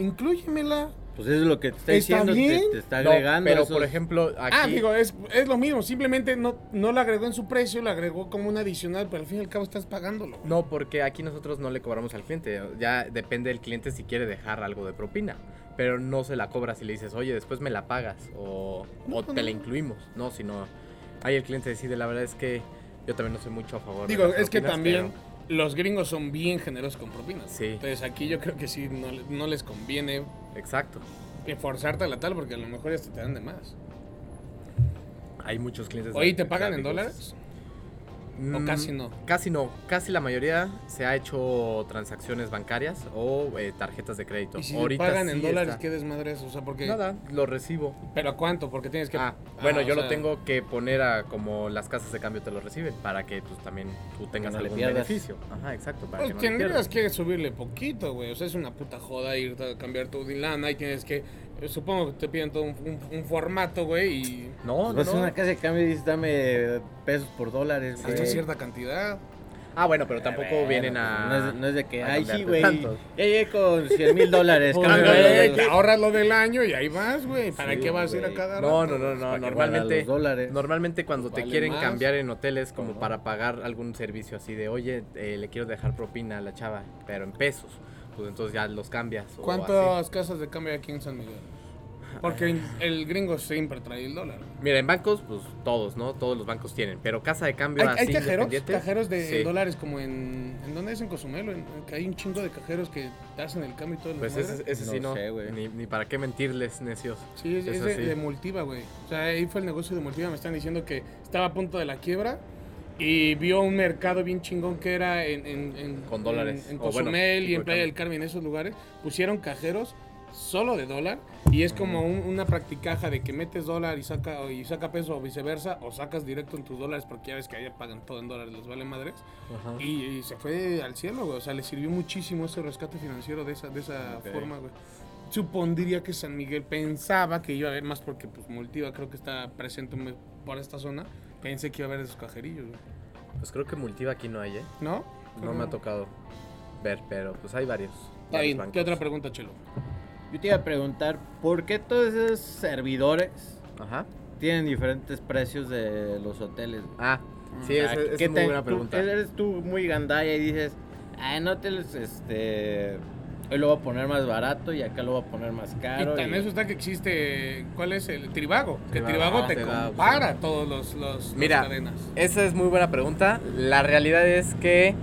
Speaker 2: Inclúyemela.
Speaker 3: Pues eso es lo que te está,
Speaker 2: ¿Está
Speaker 3: diciendo, te-
Speaker 2: bien?
Speaker 3: Te, está
Speaker 4: No,
Speaker 3: agregando. Pues,
Speaker 4: pero
Speaker 3: esos-
Speaker 4: por ejemplo, aquí
Speaker 2: Ah, digo, es, es lo mismo. Simplemente no, no la agregó en su precio, la agregó como un adicional, pero al fin y al cabo estás pagándolo. güey.
Speaker 4: No, porque aquí nosotros no le cobramos al cliente. Ya depende del cliente si quiere dejar algo de propina. Pero no se la cobra si le dices, oye, después me la pagas o, o te la incluimos. No, sino ahí el cliente decide. La verdad es que yo también no soy mucho a favor. de
Speaker 2: Digo,
Speaker 4: las
Speaker 2: es que
Speaker 4: propinas,
Speaker 2: también
Speaker 4: pero-
Speaker 2: los gringos son bien generosos con propinas.
Speaker 4: Sí.
Speaker 2: Entonces aquí yo creo que sí, no, le- no les conviene
Speaker 4: exacto.
Speaker 2: forzarte a la tal porque a lo mejor hasta te dan de más.
Speaker 4: Hay muchos clientes.
Speaker 2: Oye,
Speaker 4: Pues de-
Speaker 2: ¿te pagan en
Speaker 4: gráficos.
Speaker 2: dólares?
Speaker 4: Mm,
Speaker 2: casi no?
Speaker 4: Casi no. Casi la mayoría se ha hecho transacciones bancarias o eh, tarjetas de crédito.
Speaker 2: Y si te
Speaker 4: Ahorita
Speaker 2: pagan en
Speaker 4: sí
Speaker 2: dólares,
Speaker 4: está-
Speaker 2: qué desmadres, o sea, porque...
Speaker 4: Nada, lo recibo.
Speaker 2: ¿Pero a cuánto? Porque tienes que...
Speaker 4: Ah, bueno,
Speaker 2: Ah, o
Speaker 4: yo lo
Speaker 2: sea,
Speaker 4: tengo que poner a como las casas de cambio te lo reciben para que pues, también tú tengas
Speaker 3: no le
Speaker 4: algún
Speaker 3: pierdas.
Speaker 4: beneficio. Ajá, exacto. Para
Speaker 2: Pues
Speaker 4: que no le
Speaker 2: tendrías
Speaker 4: pierdas.
Speaker 2: que subirle poquito, güey. O sea, es una puta joda ir a cambiar tu lana y tienes que... eh, Supongo que te piden todo un, un- un formato, güey, y...
Speaker 4: No, no. no.
Speaker 3: Vas a Pues una casa de cambio y dices, dame pesos por dólares, güey.
Speaker 2: Hasta cierta cantidad.
Speaker 4: Ah, bueno, pero tampoco
Speaker 3: Bueno,
Speaker 4: vienen
Speaker 3: pues,
Speaker 4: a.
Speaker 3: No es, no es de que,
Speaker 4: a
Speaker 3: ay, sí,
Speaker 4: cambiarte
Speaker 3: güey.
Speaker 4: tantos".
Speaker 3: Ya llegué con 100 mil dólares.
Speaker 4: Pues,
Speaker 3: cámbiamelo
Speaker 4: güey,
Speaker 3: de
Speaker 2: Eh,
Speaker 3: los-
Speaker 2: te ahorras lo del año y ahí vas, güey. ¿Para
Speaker 3: Sí,
Speaker 2: qué vas a ir a
Speaker 3: güey.
Speaker 2: cada
Speaker 4: No,
Speaker 2: rato?
Speaker 4: no, no, no.
Speaker 3: Para que valga
Speaker 4: Normalmente,
Speaker 3: los dólares.
Speaker 4: normalmente cuando te
Speaker 2: Vale
Speaker 4: quieren
Speaker 2: más.
Speaker 4: cambiar en hoteles como
Speaker 3: Ajá.
Speaker 4: para pagar algún servicio así de, oye, eh, le quiero dejar propina a la chava, pero en pesos. Pues entonces ya los cambias. o así. Ah.
Speaker 2: ¿Cuántas casas de cambio hay aquí en San Miguel? Porque el- el gringo siempre trae el dólar.
Speaker 4: Mira, en bancos, pues todos, ¿no? Todos los bancos tienen. Pero casa de cambio
Speaker 2: ¿Hay,
Speaker 4: así.
Speaker 2: hay cajeros,
Speaker 4: independiente,
Speaker 2: cajeros de
Speaker 4: sí.
Speaker 2: dólares como en... ¿En dónde es? En Cozumel. En- que hay un chingo de cajeros que te hacen el cambio y todo. el
Speaker 4: Pues
Speaker 2: desmadre.
Speaker 4: ese, ese
Speaker 3: No
Speaker 4: sí no.
Speaker 3: sé, güey.
Speaker 4: ni, ni para qué mentirles, necios.
Speaker 2: Sí, es, es
Speaker 4: eso
Speaker 2: de,
Speaker 4: sí.
Speaker 2: de Multiva, güey. O sea, ahí fue el negocio de Multiva. Me están diciendo que estaba a punto de la quiebra y vio un mercado bien chingón que era en, en- en-
Speaker 4: Con dólares.
Speaker 2: En, en
Speaker 4: O bueno,
Speaker 2: Cozumel
Speaker 4: tipo
Speaker 2: y
Speaker 4: de
Speaker 2: en Playa del
Speaker 4: cambio.
Speaker 2: Carmen, en esos lugares. Pusieron cajeros solo de dólar y es como un- una practicaja de que metes dólar y saca, y saca peso o viceversa o sacas directo en tus dólares porque ya ves que allá pagan todo en dólares, les vale madres. Y, y se fue al cielo, güey. O sea, le sirvió muchísimo ese rescate financiero de esa, de esa
Speaker 4: Ok.
Speaker 2: forma, güey. Supondría que San Miguel pensaba que iba a haber más porque, pues, Multiva creo que está presente me- por esta zona. Pensé que iba a haber esos cajerillos, güey.
Speaker 4: Pues creo que Multiva aquí no hay, ¿eh?
Speaker 2: ¿No?
Speaker 4: No me ha tocado ver, pero pues hay varios.
Speaker 2: Está
Speaker 4: varios
Speaker 2: bien.
Speaker 4: bancos.
Speaker 2: ¿Qué otra pregunta, Chelo?
Speaker 3: Yo te iba a preguntar, ¿por qué todos esos servidores
Speaker 4: Ajá.
Speaker 3: tienen diferentes precios de los hoteles? güey?
Speaker 4: Ah, sí,
Speaker 3: O
Speaker 4: es,
Speaker 3: sea,
Speaker 4: es
Speaker 3: Mm, ¿qué
Speaker 4: muy
Speaker 3: te-
Speaker 4: buena
Speaker 3: tú-
Speaker 4: pregunta.
Speaker 3: eres tú muy gandalla y dices, ah, en hoteles, este, hoy lo voy a poner más barato y acá lo voy a poner más caro.
Speaker 2: y tan
Speaker 3: y-
Speaker 2: eso está que existe. ¿Cuál es el Tribago? Que
Speaker 4: Trivago,
Speaker 2: Tribago
Speaker 4: ah,
Speaker 2: te
Speaker 4: Trivago,
Speaker 2: compara todos los, los las
Speaker 4: Mira,
Speaker 2: cadenas.
Speaker 4: Esa es muy buena pregunta. La realidad es que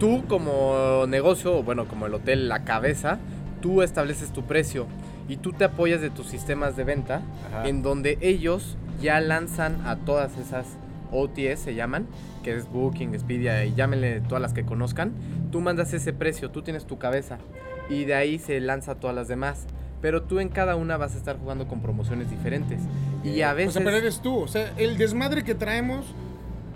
Speaker 4: tú como negocio, o bueno, como el hotel La Cabeza, tú estableces tu precio y tú te apoyas de tus sistemas de venta
Speaker 3: Ajá.
Speaker 4: en donde ellos ya lanzan a todas esas OTS, se llaman, que es Booking, Expedia y llámenle todas las que conozcan. Tú mandas ese precio, tú tienes tu cabeza y de ahí se lanza a todas las demás. Pero tú en cada una vas a estar jugando con promociones diferentes. Y a
Speaker 2: O
Speaker 4: veces...
Speaker 2: sea, pero eres tú. O sea, el desmadre que traemos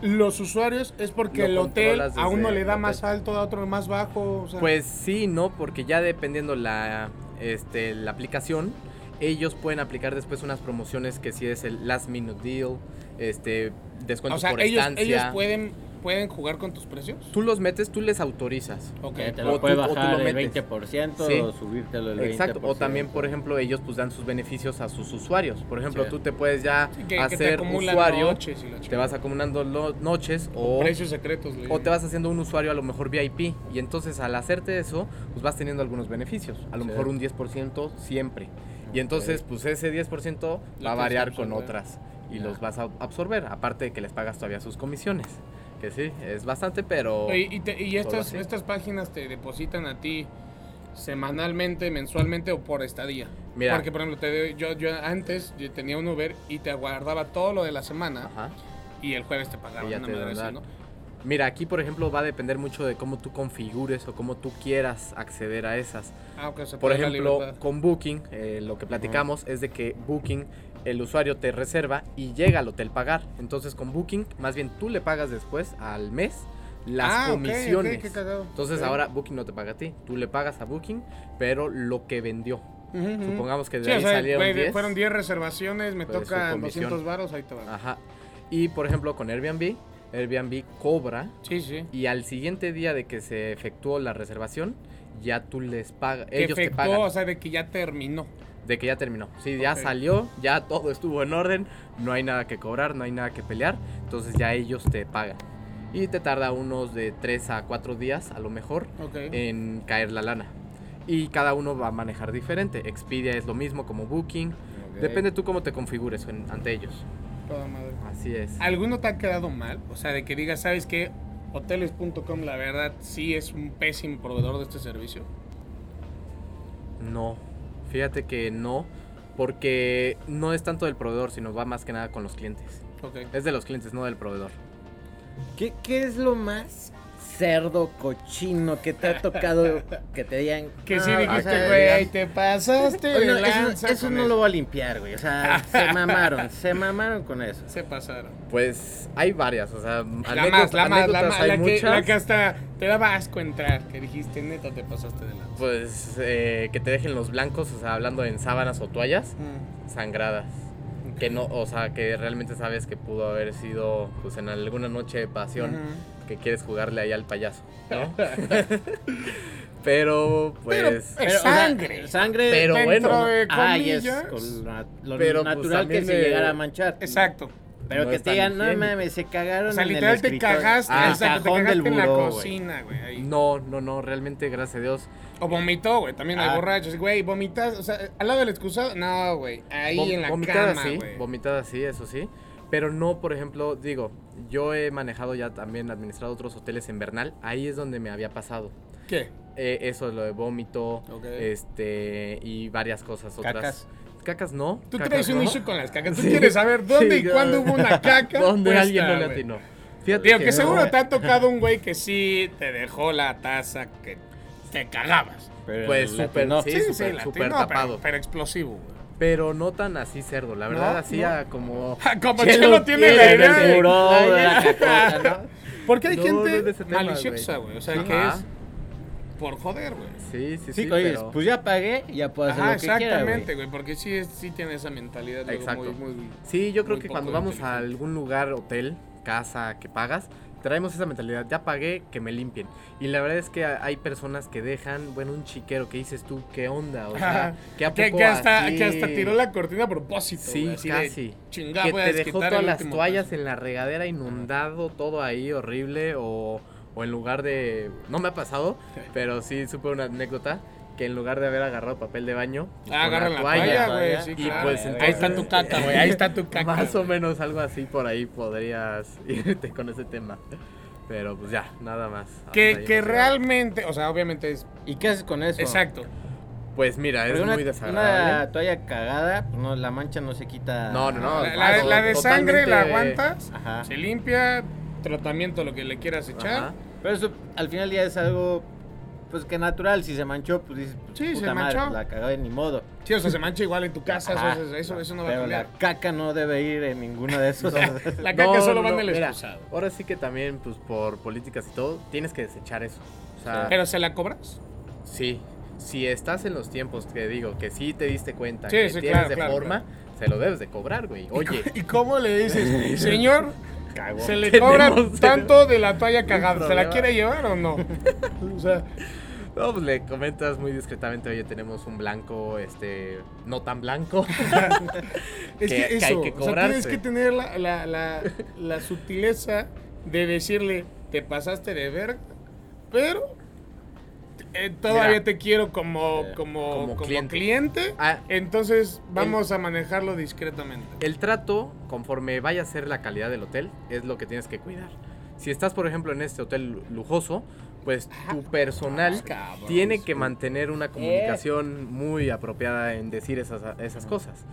Speaker 2: los usuarios es porque
Speaker 4: Lo
Speaker 2: el hotel
Speaker 4: controlas
Speaker 2: a uno
Speaker 4: desde
Speaker 2: le da
Speaker 4: el
Speaker 2: más
Speaker 4: hotel.
Speaker 2: alto, a otro más bajo. o sea.
Speaker 4: Pues sí, no, porque ya dependiendo la, este, la aplicación, ellos pueden aplicar después unas promociones que si es el last minute deal, este, descuentos
Speaker 2: o sea,
Speaker 4: por
Speaker 2: ellos,
Speaker 4: estancia.
Speaker 2: ellos pueden, pueden jugar con tus precios.
Speaker 4: Tú los metes, tú les autorizas.
Speaker 2: Ok.
Speaker 3: que te
Speaker 4: o
Speaker 3: lo
Speaker 4: tú-
Speaker 3: puede
Speaker 4: o tú
Speaker 3: bajar
Speaker 4: lo metes.
Speaker 3: el 20%
Speaker 4: Sí.
Speaker 3: o subírtelo el 20%.
Speaker 4: Exacto. O también, por ejemplo, ellos pues dan sus beneficios a sus usuarios. Por ejemplo,
Speaker 3: Sí.
Speaker 4: tú te puedes ya
Speaker 2: Sí, que- que te
Speaker 4: hacer
Speaker 2: acumulan
Speaker 4: usuario,
Speaker 2: noches y la
Speaker 4: te
Speaker 2: chingada.
Speaker 4: vas acumulando lo- noches o...
Speaker 2: precios secretos. le
Speaker 4: O
Speaker 2: llaman.
Speaker 4: te vas haciendo un usuario a lo mejor VIP y entonces al hacerte eso, pues vas teniendo algunos beneficios. A lo
Speaker 3: Sí.
Speaker 4: mejor un 10% siempre. Y entonces, pues ese 10% va
Speaker 2: tienes
Speaker 4: a
Speaker 2: que
Speaker 4: variar con
Speaker 2: absorber.
Speaker 4: otras y
Speaker 3: Ya.
Speaker 4: los vas a absorber. Aparte de que les pagas todavía sus comisiones. Que sí, es bastante, pero...
Speaker 2: Oye, Y, te- y estas,
Speaker 4: así.
Speaker 2: estas páginas te depositan a ti semanalmente, mensualmente o por estadía.
Speaker 4: Mira.
Speaker 2: Porque, por ejemplo, te, yo, yo antes yo tenía un Uber y te aguardaba todo lo de la semana
Speaker 4: Ajá.
Speaker 2: y el jueves te pagaban
Speaker 4: Y ya
Speaker 2: una
Speaker 4: te
Speaker 2: madre así,
Speaker 4: dan.
Speaker 2: ¿no?
Speaker 4: Mira, aquí por ejemplo va a depender mucho de cómo tú configures o cómo tú quieras acceder a esas.
Speaker 2: Ah, ok, o sea, pues. te
Speaker 4: Por
Speaker 2: dan la
Speaker 4: ejemplo,
Speaker 2: libertad.
Speaker 4: con Booking, eh, lo que platicamos es de que Booking, el usuario te reserva y llega al hotel pagar. Entonces, con Booking, más bien tú le pagas después al mes las
Speaker 2: Ah, ok, ok,
Speaker 4: comisiones.
Speaker 2: qué cagado.
Speaker 4: Entonces,
Speaker 2: Ok.
Speaker 4: ahora Booking no te paga a ti, tú le pagas a Booking, pero lo que vendió.
Speaker 2: Ujú, ujú.
Speaker 4: Supongamos que de
Speaker 2: Sí, o
Speaker 4: ahí
Speaker 2: sea,
Speaker 4: salieron
Speaker 2: güey, de-
Speaker 4: 10.
Speaker 2: fueron 10 reservaciones, me
Speaker 4: Pues, su
Speaker 2: tocan
Speaker 4: comisión. Ah.
Speaker 2: 200 varos, ahí te va.
Speaker 4: Ajá. Y por ejemplo, con Airbnb, Airbnb cobra
Speaker 2: Sí, sí.
Speaker 4: y al siguiente día de que se efectuó la reservación, ya tú les pagas,
Speaker 2: Que
Speaker 4: ellos te
Speaker 2: efectuó,
Speaker 4: pagan.
Speaker 2: o sea, de que ya terminó.
Speaker 4: De que ya terminó. Sí, ya
Speaker 2: Ok.
Speaker 4: salió, ya todo estuvo en orden, no hay nada que cobrar, no hay nada que pelear, entonces ya ellos te pagan. Y te tarda unos de 3 a 4 días, a lo mejor,
Speaker 2: Ok.
Speaker 4: en caer la lana. Y cada uno va a manejar diferente. Expedia es lo mismo como Booking. Depende tú cómo te configures en- ante ellos.
Speaker 2: Toda madre.
Speaker 4: Así es.
Speaker 2: ¿Alguno te ha quedado mal? O sea, de que digas, ¿sabes qué? Hoteles.com, la verdad, sí es un pésimo proveedor de este servicio.
Speaker 4: No, fíjate que no, porque no es tanto del proveedor, sino va más que nada con los clientes.
Speaker 2: Ok.
Speaker 4: Es de los clientes, no del proveedor.
Speaker 3: ¿Qué, qué es lo más cerdo, cochino que te ha tocado que te digan?
Speaker 2: Que
Speaker 3: "No,
Speaker 4: Ah,
Speaker 2: sí
Speaker 3: o
Speaker 2: dijiste,
Speaker 3: sea,
Speaker 2: güey, te pasaste
Speaker 3: Oye,
Speaker 2: de
Speaker 3: no, eso,
Speaker 2: lanza
Speaker 3: eso
Speaker 2: con
Speaker 3: no lo voy a limpiar, güey. O sea, se mamaron, se mamaron con eso.
Speaker 2: Se pasaron.
Speaker 4: Pues hay varias, o sea,
Speaker 2: La más, la más, la más,
Speaker 4: hay
Speaker 2: la que,
Speaker 4: muchas.
Speaker 2: la que hasta te daba asco entrar, que dijiste, neta, te pasaste de lanza.
Speaker 4: Pues eh, que te dejen los blancos, o sea, hablando en sábanas o toallas,
Speaker 2: Mm.
Speaker 4: sangradas.
Speaker 2: Ok.
Speaker 4: Que no, o sea, que realmente sabes que pudo haber sido, pues en alguna noche de pasión,
Speaker 2: Ujú.
Speaker 4: que quieres jugarle ahí al payaso, ¿no? Pero, pues.
Speaker 2: Es
Speaker 3: o sea,
Speaker 2: sangre.
Speaker 3: sangre. ah,
Speaker 4: Pero
Speaker 2: Dentro
Speaker 4: bueno.
Speaker 2: de
Speaker 3: Ay, es
Speaker 2: comillas.
Speaker 3: con la- lo
Speaker 4: Pero, pues,
Speaker 3: natural que
Speaker 4: también
Speaker 3: se
Speaker 4: de-
Speaker 3: llegara a manchar.
Speaker 2: Exacto.
Speaker 3: Pero
Speaker 4: No
Speaker 3: que
Speaker 4: es
Speaker 3: te
Speaker 4: tan
Speaker 3: digan, no
Speaker 4: higiénico".
Speaker 3: mames, se cagaron.
Speaker 2: O sea,
Speaker 3: en el
Speaker 2: literal te
Speaker 3: escritorio".
Speaker 2: cagaste,
Speaker 4: Ah,
Speaker 3: Al
Speaker 2: o sea, te
Speaker 3: cajón
Speaker 2: cagaste en la
Speaker 3: buró, güey.
Speaker 2: cocina, güey. ahí.
Speaker 4: No, no, no, realmente, gracias a Dios.
Speaker 2: O vomitó, güey. También hay
Speaker 3: Ah.
Speaker 2: borrachos, güey. Vomitas, o sea, al lado del excusado. No, güey. Ahí
Speaker 4: Vom-
Speaker 2: en la
Speaker 4: vomitada
Speaker 2: cama,
Speaker 4: sí,
Speaker 2: güey.
Speaker 4: vomitada sí, eso sí. Pero no, por ejemplo, digo, yo he manejado ya también, administrado otros hoteles en Bernal. Ahí es donde me había pasado.
Speaker 2: ¿Qué?
Speaker 4: Eh, eso, lo de vómito,
Speaker 2: Ok.
Speaker 4: este, y varias cosas otras.
Speaker 3: Cacas.
Speaker 4: Cacas no.
Speaker 2: Tú
Speaker 4: cacas
Speaker 2: traes un
Speaker 4: no.
Speaker 2: issue con las cacas. Tú
Speaker 4: Sí.
Speaker 2: quieres saber dónde
Speaker 4: Sí,
Speaker 2: y
Speaker 4: yo-
Speaker 2: cuándo hubo una caca.
Speaker 4: Donde
Speaker 2: puesta,
Speaker 4: alguien no le
Speaker 2: güey.
Speaker 4: atinó. Fíjate
Speaker 2: Digo, que
Speaker 4: no.
Speaker 2: seguro te ha tocado un güey que sí te dejó la taza que te cagabas.
Speaker 3: Pero
Speaker 4: Pues
Speaker 3: la
Speaker 4: súper,
Speaker 3: atinó.
Speaker 4: sí, súper,
Speaker 2: la
Speaker 4: súper
Speaker 2: atinó, pero-
Speaker 4: tapado.
Speaker 2: Pero, explosivo, güey.
Speaker 4: Pero no tan así cerdo, la verdad,
Speaker 2: No,
Speaker 4: así
Speaker 2: no.
Speaker 4: a como...
Speaker 2: Como
Speaker 4: Chelo
Speaker 2: Chelo tiene
Speaker 4: tiene
Speaker 2: la
Speaker 3: El
Speaker 4: Pero-
Speaker 2: idea de-
Speaker 3: buró de la cacota, ¿no?
Speaker 2: Porque hay
Speaker 4: No, no
Speaker 2: gente
Speaker 4: es de ese tema,
Speaker 2: maliciosa, güey. O sea, que
Speaker 4: Ajá.
Speaker 2: es por joder, güey.
Speaker 4: Sí, sí, sí,
Speaker 3: Sí, oye,
Speaker 4: pero-
Speaker 3: pues ya pagué, ya puedo hacer
Speaker 2: Ajá,
Speaker 3: lo que quiera, güey.
Speaker 2: exactamente, güey. Porque sí, es- sí tiene esa mentalidad luego
Speaker 4: Exacto.
Speaker 2: muy, muy.
Speaker 4: Sí, yo creo
Speaker 2: muy
Speaker 4: que
Speaker 2: poco
Speaker 4: cuando vamos a
Speaker 2: inteligente.
Speaker 4: algún lugar, hotel, casa que pagas, traemos esa mentalidad, ya pagué, que me limpien. Y la verdad es que ha- hay personas que dejan, bueno, un chiquero que dices tú, ¿qué onda? O sea, que a
Speaker 2: Que,
Speaker 4: poco
Speaker 2: que hasta,
Speaker 4: así-
Speaker 2: que hasta tiró la cortina a propósito.
Speaker 4: Sí,
Speaker 2: güey, así de,
Speaker 4: casi.
Speaker 2: "Chinga,
Speaker 4: que
Speaker 2: voy a
Speaker 4: te dejó
Speaker 2: desquitar
Speaker 4: todas
Speaker 2: el
Speaker 4: las
Speaker 2: último
Speaker 4: toallas
Speaker 2: peso".
Speaker 4: en la regadera inundado, todo ahí horrible o, o en lugar de... No me ha pasado, pero sí supe una anécdota que en lugar de haber agarrado papel de baño... pues,
Speaker 2: Ah,
Speaker 4: con
Speaker 2: agarra la toalla, güey. Sí,
Speaker 4: Y
Speaker 2: claro.
Speaker 4: pues
Speaker 2: ahí está tu
Speaker 4: entonces-
Speaker 2: caca, güey. Ahí está tu caca.
Speaker 4: Más o
Speaker 2: güey.
Speaker 4: menos algo así por ahí podrías irte con ese tema. Pero pues ya, nada más. Hasta
Speaker 2: Que,
Speaker 4: ahí
Speaker 2: que
Speaker 4: nos
Speaker 2: realmente, o sea, obviamente es.
Speaker 3: ¿Y qué haces con eso?
Speaker 2: Exacto.
Speaker 4: llegamos. Pues mira, es
Speaker 3: Porque una,
Speaker 4: muy
Speaker 3: una
Speaker 4: desagradable.
Speaker 3: toalla cagada, pues no, la mancha no se quita.
Speaker 4: No, no, no. ah,
Speaker 2: La, la- la de
Speaker 4: totalmente-
Speaker 2: sangre la aguantas,
Speaker 3: Ajá.
Speaker 2: se limpia, tratamiento, lo que le quieras echar.
Speaker 4: Ajá.
Speaker 3: Pero eso al final ya es algo, pues que natural. Si se manchó, pues dices, pues,
Speaker 2: Sí, se
Speaker 3: puta madre,
Speaker 2: manchó.
Speaker 3: la cagada ni modo.
Speaker 2: Sí, o sea, se mancha igual en tu casa, o sea,
Speaker 3: Ajá.
Speaker 2: eso, eso, eso no va a
Speaker 3: Pero
Speaker 2: cambiar.
Speaker 3: la caca no debe ir en ninguno de esos.
Speaker 2: La,
Speaker 3: Entonces,
Speaker 2: caca
Speaker 4: No,
Speaker 2: solo
Speaker 4: no,
Speaker 2: va
Speaker 4: no,
Speaker 2: en el
Speaker 4: mira,
Speaker 2: excusado.
Speaker 4: Ahora sí que también, pues por políticas y todo, tienes que desechar eso. O sea,
Speaker 2: Pero se la cobras.
Speaker 4: sí. Si estás en los tiempos que digo, que sí te diste cuenta
Speaker 2: Sí,
Speaker 4: que
Speaker 2: sí,
Speaker 4: tienes
Speaker 2: claro,
Speaker 4: de
Speaker 2: claro,
Speaker 4: forma, se lo debes de cobrar, güey. Oye,
Speaker 2: ¿Y cómo le dices, señor?
Speaker 3: cagó.
Speaker 2: Se le
Speaker 4: Tenemos-
Speaker 2: cobra
Speaker 4: tenemos-
Speaker 2: tanto de la toalla cagada. ¿Se la
Speaker 4: problema.
Speaker 2: quiere llevar o no? O sea,
Speaker 4: No, pues le comentas muy discretamente, oye, tenemos un blanco, este, no tan blanco.
Speaker 2: es
Speaker 4: Que-
Speaker 2: que,
Speaker 4: que hay
Speaker 2: eso. o sea,
Speaker 4: que
Speaker 2: tienes
Speaker 4: cobrarse.
Speaker 2: que tener la, la, la, la sutileza de decirle, te pasaste de verga, pero eh, todavía
Speaker 4: Mira.
Speaker 2: te quiero como,
Speaker 3: Eh,
Speaker 2: como,
Speaker 4: como
Speaker 2: como cliente.
Speaker 4: cliente. Ah,
Speaker 2: Entonces vamos a manejarlo discretamente.
Speaker 4: el trato, conforme vaya a ser la calidad del hotel, es lo que tienes que cuidar. Si estás, por ejemplo, en este hotel lujoso, pues tu personal
Speaker 2: Cabrón.
Speaker 4: tiene que mantener una comunicación muy apropiada en decir esas, esas cosas.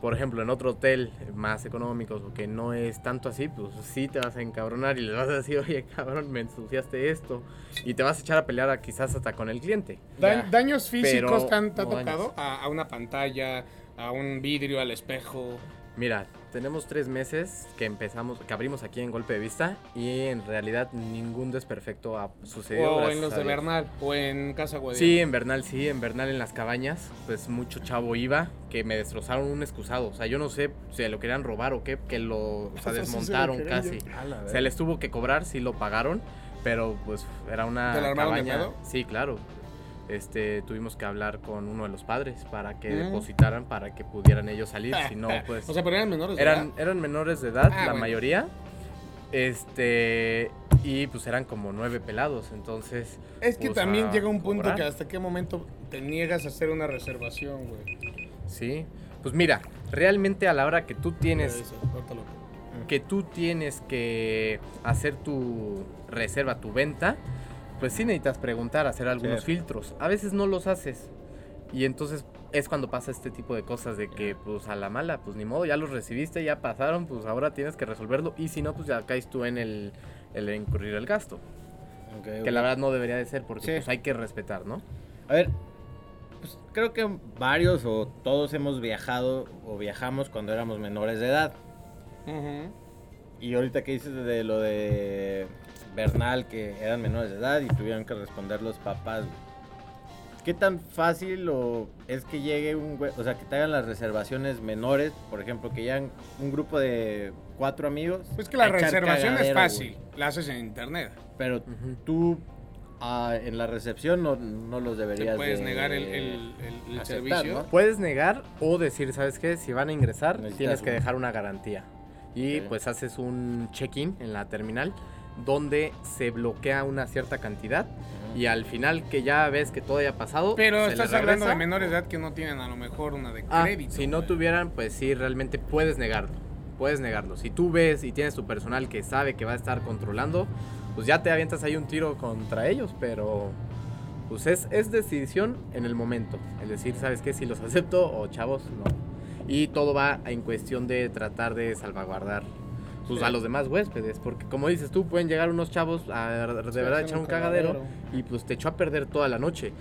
Speaker 4: Por ejemplo, en otro hotel más económico o que no es tanto así, pues sí te vas a encabronar y le vas a decir, oye, cabrón, me ensuciaste esto. Y te vas a echar a pelear a- quizás hasta con el cliente.
Speaker 2: Da-
Speaker 4: Ya.
Speaker 2: daños
Speaker 4: Pero
Speaker 2: físicos te han te ha
Speaker 4: no daños.
Speaker 2: tocado a, a una pantalla, a un vidrio, al espejo.
Speaker 4: Mira, tenemos tres meses que empezamos, que abrimos aquí en Golpe de Vista y en realidad ningún desperfecto ha sucedido.
Speaker 2: o Oh, en
Speaker 4: gracias
Speaker 2: los
Speaker 4: a
Speaker 2: de
Speaker 4: Dios.
Speaker 2: Bernal, o en Casa Guadiana.
Speaker 4: Sí, en Bernal, sí, en Bernal en las cabañas, pues mucho chavo iba, que me destrozaron un excusado, o sea, yo no sé si lo querían robar o qué, que lo o
Speaker 2: Eso sí
Speaker 4: sea,
Speaker 2: se lo
Speaker 4: desmontaron
Speaker 2: querían
Speaker 4: casi. Se les tuvo que cobrar, sí lo pagaron, pero pues era una
Speaker 2: ¿Te lo armaron de
Speaker 4: cabaña.
Speaker 2: pedo?
Speaker 4: Sí, claro. este, tuvimos que hablar con uno de los padres para que
Speaker 2: Mm.
Speaker 4: depositaran para que pudieran ellos salir, si no, pues...
Speaker 2: O sea, pero eran menores. de
Speaker 4: eran,
Speaker 2: edad.
Speaker 4: eran menores de edad,
Speaker 2: Ah,
Speaker 4: la
Speaker 2: bueno.
Speaker 4: mayoría, este, y pues eran como nueve pelados, entonces...
Speaker 2: Es que
Speaker 4: pues,
Speaker 2: también
Speaker 4: a
Speaker 2: llega un punto
Speaker 4: cobrar.
Speaker 2: que hasta qué momento te niegas a hacer una reservación, güey.
Speaker 4: Sí, pues mira, realmente a la hora que tú tienes
Speaker 2: Eso, córtalo.
Speaker 4: que tú tienes que hacer tu reserva, tu venta, pues sí necesitas preguntar, hacer algunos
Speaker 3: Sí.
Speaker 4: filtros. A veces no los haces. Y entonces es cuando pasa este tipo de cosas de que pues a la mala, pues ni modo, ya los recibiste, ya pasaron, pues ahora tienes que resolverlo. Y si no, pues ya caes tú en el, el incurrir el gasto.
Speaker 3: Ok,
Speaker 4: Que la
Speaker 3: ok.
Speaker 4: verdad no debería de ser porque
Speaker 3: Sí.
Speaker 4: pues hay que respetar, ¿no?
Speaker 3: A ver, pues creo que varios o todos hemos viajado o viajamos cuando éramos menores de edad.
Speaker 2: Ujú.
Speaker 3: Y ahorita que dices de lo de Bernal, que eran menores de edad y tuvieron que responder los papás. güey. ¿Qué tan fácil o es que llegue un güey, o sea, que te hagan las reservaciones menores, por ejemplo, que llegan un grupo de cuatro amigos?
Speaker 2: Pues que la
Speaker 3: a echar
Speaker 2: reservación es
Speaker 3: cagadero,
Speaker 2: fácil.
Speaker 3: güey?
Speaker 2: La haces en internet.
Speaker 3: Pero tú ah, en la recepción no, no los deberías
Speaker 2: Te puedes
Speaker 3: de-
Speaker 2: negar el, el- el- el
Speaker 3: aceptar,
Speaker 2: servicio.
Speaker 3: ¿no?
Speaker 4: Puedes negar o decir, ¿sabes qué? Si van a ingresar,
Speaker 3: Necesitas
Speaker 4: tienes que
Speaker 3: un-
Speaker 4: dejar una garantía. Y
Speaker 3: Ok.
Speaker 4: pues haces un check-in en la terminal donde se bloquea una cierta cantidad y al final que ya ves que todo haya pasado,
Speaker 2: Pero
Speaker 4: se le
Speaker 2: estás hablando
Speaker 4: regresa.
Speaker 2: de menores de edad que no tienen a lo mejor una de
Speaker 4: Ah,
Speaker 2: crédito.
Speaker 4: si no
Speaker 2: güey.
Speaker 4: tuvieran, pues sí, realmente puedes negarlo. Puedes negarlo. Si tú ves y tienes tu personal que sabe que va a estar controlando, pues ya te avientas ahí un tiro contra ellos, pero pues es, es decisión en el momento. Es decir, ¿sabes qué? Si los acepto o chavos, no. Y todo va en cuestión de tratar de salvaguardar pues,
Speaker 2: Sí.
Speaker 4: a los demás huéspedes, porque como dices tú, pueden llegar unos chavos a de verdad
Speaker 2: hacer
Speaker 4: echar
Speaker 2: un
Speaker 4: un cagadero
Speaker 2: cagadero.
Speaker 4: y pues te echó a perder toda la noche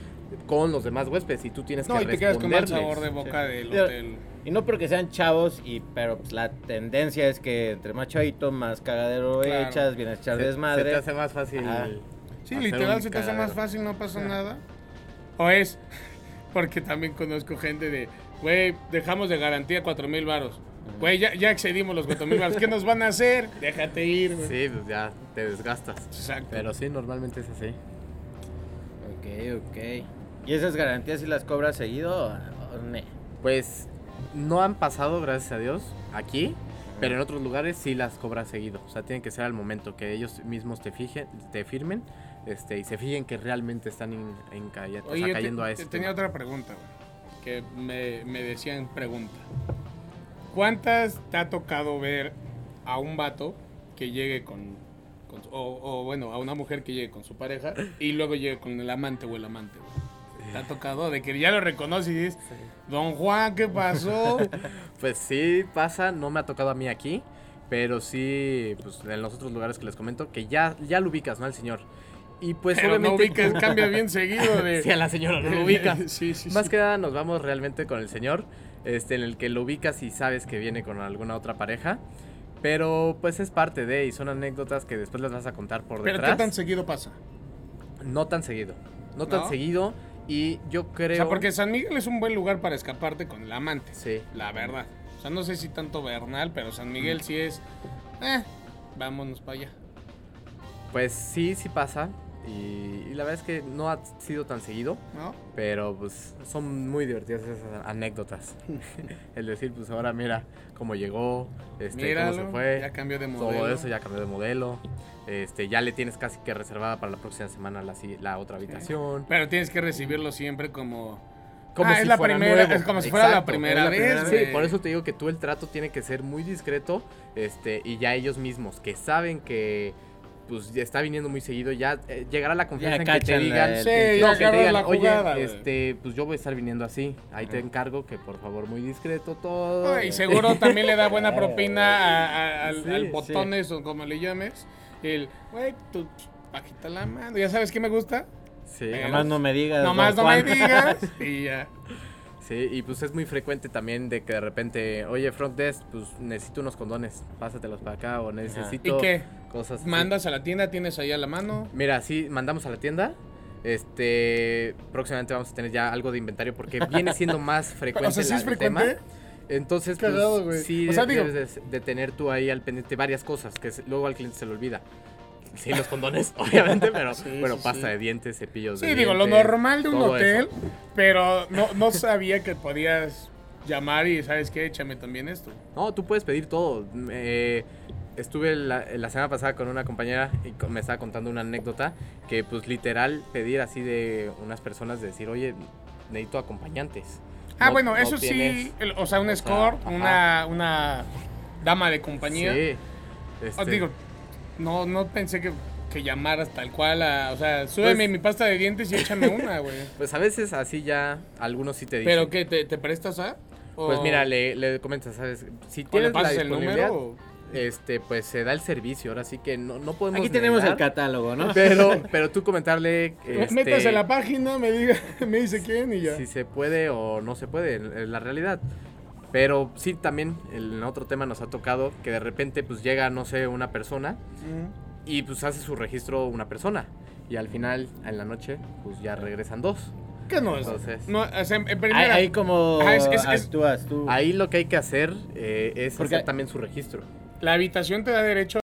Speaker 4: con los demás huéspedes y tú tienes
Speaker 2: No,
Speaker 4: que
Speaker 2: y te quedas con mal sabor de
Speaker 4: responderles.
Speaker 2: boca
Speaker 3: Sí.
Speaker 2: del
Speaker 3: Pero-
Speaker 2: hotel.
Speaker 3: Y no porque sean chavos, y, pero pues, la tendencia es que entre más chavito, más cagadero
Speaker 2: Claro.
Speaker 3: echas, vienes a echar
Speaker 4: Se-
Speaker 3: desmadre.
Speaker 4: Se te hace más fácil.
Speaker 3: Ajá.
Speaker 2: Sí,
Speaker 4: hacer
Speaker 2: literal,
Speaker 4: un
Speaker 2: se te hace
Speaker 4: cagadero.
Speaker 2: más fácil, no pasa
Speaker 4: Sí.
Speaker 2: nada. O es, porque también conozco gente de, güey, dejamos de garantía 4 mil varos. Güey, ya, ya excedimos los 4 mil varos. ¿Qué nos van a hacer? Déjate ir, güey.
Speaker 4: Sí, pues ya te desgastas.
Speaker 2: Exacto.
Speaker 4: Pero sí, normalmente es así.
Speaker 3: Ok, ok. ¿Y esas garantías si las cobras seguido? o ne?
Speaker 4: Pues no han pasado, gracias a Dios, aquí. Pero en otros lugares sí las cobras seguido. O sea, tiene que ser al momento que ellos mismos te fijen, te firmen este, y se fijen que realmente están en, en calle- o sea,
Speaker 2: Oye, yo te-
Speaker 4: cayendo a este,
Speaker 2: te-
Speaker 4: eso.
Speaker 2: tenía otra pregunta, güey, que me, me decían pregunta. ¿Cuántas te ha tocado ver a un vato que llegue con, con su- o, o, bueno, a una mujer que llegue con su pareja y luego llegue con el amante o el amante, güey? Te ha tocado de que ya lo reconoces y dices, Don Juan, ¿qué pasó?
Speaker 4: Pues sí pasa, no me ha tocado a mí aquí, pero sí pues, en los otros lugares que les comento que ya, ya lo ubicas, ¿no? Al señor. Y pues
Speaker 2: Pero no
Speaker 4: obviamente
Speaker 2: ubicas, cambia bien seguido de...
Speaker 4: Sí, a la señora no lo ubicas.
Speaker 2: Sí, sí,
Speaker 4: Más
Speaker 2: sí.
Speaker 4: que nada nos vamos realmente con el señor, este, en el que lo ubicas y sabes que viene con alguna otra pareja. Pero pues es parte de, y son anécdotas que después las vas a contar por
Speaker 2: Pero ¿qué
Speaker 4: detrás.
Speaker 2: tan seguido pasa?
Speaker 4: No tan seguido. No, tan
Speaker 2: ¿No?
Speaker 4: seguido. Y yo creo.
Speaker 2: O sea, porque San Miguel es un buen lugar para escaparte con el amante.
Speaker 4: Sí.
Speaker 2: La verdad. O sea, no sé si tanto Bernal, pero San
Speaker 4: Mm.
Speaker 2: Miguel sí es. Eh, vámonos para allá.
Speaker 4: Pues sí, sí pasa. Y, y la verdad es que no ha sido tan seguido.
Speaker 2: ¿No?
Speaker 4: Pero pues son muy divertidas esas anécdotas. el decir, pues ahora mira cómo llegó, este, cómo
Speaker 2: Míralo,
Speaker 4: se fue.
Speaker 2: ya cambió de modelo.
Speaker 4: Todo eso ya cambió de modelo. Este, ya le tienes casi que reservada para la próxima semana la, si- la otra habitación.
Speaker 2: Pero tienes que recibirlo siempre como.
Speaker 4: Como
Speaker 2: Ah,
Speaker 4: si
Speaker 2: es la
Speaker 4: fuera
Speaker 2: primera-
Speaker 4: nuevo.
Speaker 2: es como si fuera la
Speaker 4: Exacto,
Speaker 2: primera
Speaker 4: es
Speaker 2: vez,
Speaker 4: Sí,
Speaker 2: güey.
Speaker 4: por eso te digo que tú el trato tiene que ser muy discreto. Este, y ya ellos mismos que saben que pues ya está viniendo muy seguido, ya eh, llegará la confianza en que te
Speaker 3: cachan la-
Speaker 4: digan,
Speaker 3: el
Speaker 2: Sí,
Speaker 3: pinche-
Speaker 2: ya
Speaker 4: no, que te
Speaker 2: agarras
Speaker 4: digan,
Speaker 2: la jugada,
Speaker 4: oye,
Speaker 2: güey".
Speaker 4: este, pues yo voy a estar viniendo así. Ahí te encargo que por favor muy discreto todo.
Speaker 2: Ay, Y seguro también le da buena propina a- a- al,
Speaker 4: Sí,
Speaker 2: al
Speaker 4: sí.
Speaker 2: botones o como le llames. El, güey, tú bajita la mano. ¿Ya sabes qué me gusta?
Speaker 4: Sí.
Speaker 2: Pero-
Speaker 3: Nomás no me digas.
Speaker 2: Nomás
Speaker 3: don
Speaker 2: no me
Speaker 3: Juan.
Speaker 2: digas. Y ya.
Speaker 4: Sí, y pues es muy frecuente también de que de repente, oye, front desk, pues necesito unos condones, pásatelos para acá o necesito
Speaker 2: ¿Y qué?
Speaker 4: cosas. así.
Speaker 2: Mandas a la tienda, tienes ahí a la mano.
Speaker 4: Mira, sí, mandamos a la tienda. Este, próximamente vamos a tener ya algo de inventario porque viene siendo más frecuente
Speaker 2: O sea, ¿sí
Speaker 4: la-
Speaker 2: es
Speaker 4: el tema.
Speaker 2: frecuente?
Speaker 4: Entonces,
Speaker 2: Qué cagado, güey.
Speaker 4: pues, sí,
Speaker 2: O sea, digo-
Speaker 4: debes de, de tener tú ahí al pendiente varias cosas que se- luego al cliente se le olvida. Sí, los condones, obviamente, pero
Speaker 2: Sí,
Speaker 4: bueno,
Speaker 2: sí, sí.
Speaker 4: pasta de dientes, cepillos de
Speaker 2: Sí, digo, lo
Speaker 4: dientes,
Speaker 2: normal de un
Speaker 4: todo eso.
Speaker 2: hotel, pero no, no sabía que podías llamar y, ¿sabes qué? Échame también esto.
Speaker 4: No, tú puedes pedir todo. Eh, estuve la, la semana pasada con una compañera y co- me estaba contando una anécdota que pues literal pedir así de unas personas de decir, oye, necesito acompañantes.
Speaker 2: Ah,
Speaker 4: No-
Speaker 2: bueno,
Speaker 4: no
Speaker 2: eso
Speaker 4: tienes-
Speaker 2: sí, eh, el- o sea, un
Speaker 4: o sea,
Speaker 2: score,
Speaker 4: ajá.
Speaker 2: una, una dama de compañía.
Speaker 4: Sí.
Speaker 2: Ah,
Speaker 4: este,
Speaker 2: digo, no, no pensé que, que llamaras tal cual a, o sea, súbeme
Speaker 4: Pues-
Speaker 2: mi pasta de dientes y échame una, güey.
Speaker 4: Pues a veces así ya algunos sí te dicen.
Speaker 2: ¿Pero qué, te, te prestas a? ¿O-
Speaker 4: Pues mira, le, le comentas, ¿sabes? Si
Speaker 2: o le
Speaker 4: tienes la
Speaker 2: pasas el
Speaker 4: disponibilidad,
Speaker 2: número? o-
Speaker 4: este, pues se da el servicio. Ahora sí que no, no podemos
Speaker 3: Aquí tenemos el
Speaker 4: negar,
Speaker 3: catálogo, ¿no?
Speaker 4: Pero, pero tú comentarle... este,
Speaker 2: Métase a la página, me diga, me dice quién y ya.
Speaker 4: si se puede o no se puede, es la realidad. Pero sí, también en otro tema nos ha tocado que de repente pues llega, no sé, una persona
Speaker 2: Ujú.
Speaker 4: y pues hace su registro una persona. Y al final, en la noche, pues ya regresan dos.
Speaker 2: ¿Qué no es?
Speaker 4: Entonces,
Speaker 2: No, o sea, en en
Speaker 3: Ahí,
Speaker 2: primera,
Speaker 3: ahí como
Speaker 2: Ajá, ah, es- es- es-
Speaker 3: actúas tú.
Speaker 4: ahí lo que hay que hacer eh, es
Speaker 3: Porque-
Speaker 4: hacer también su registro.
Speaker 2: la habitación te da derecho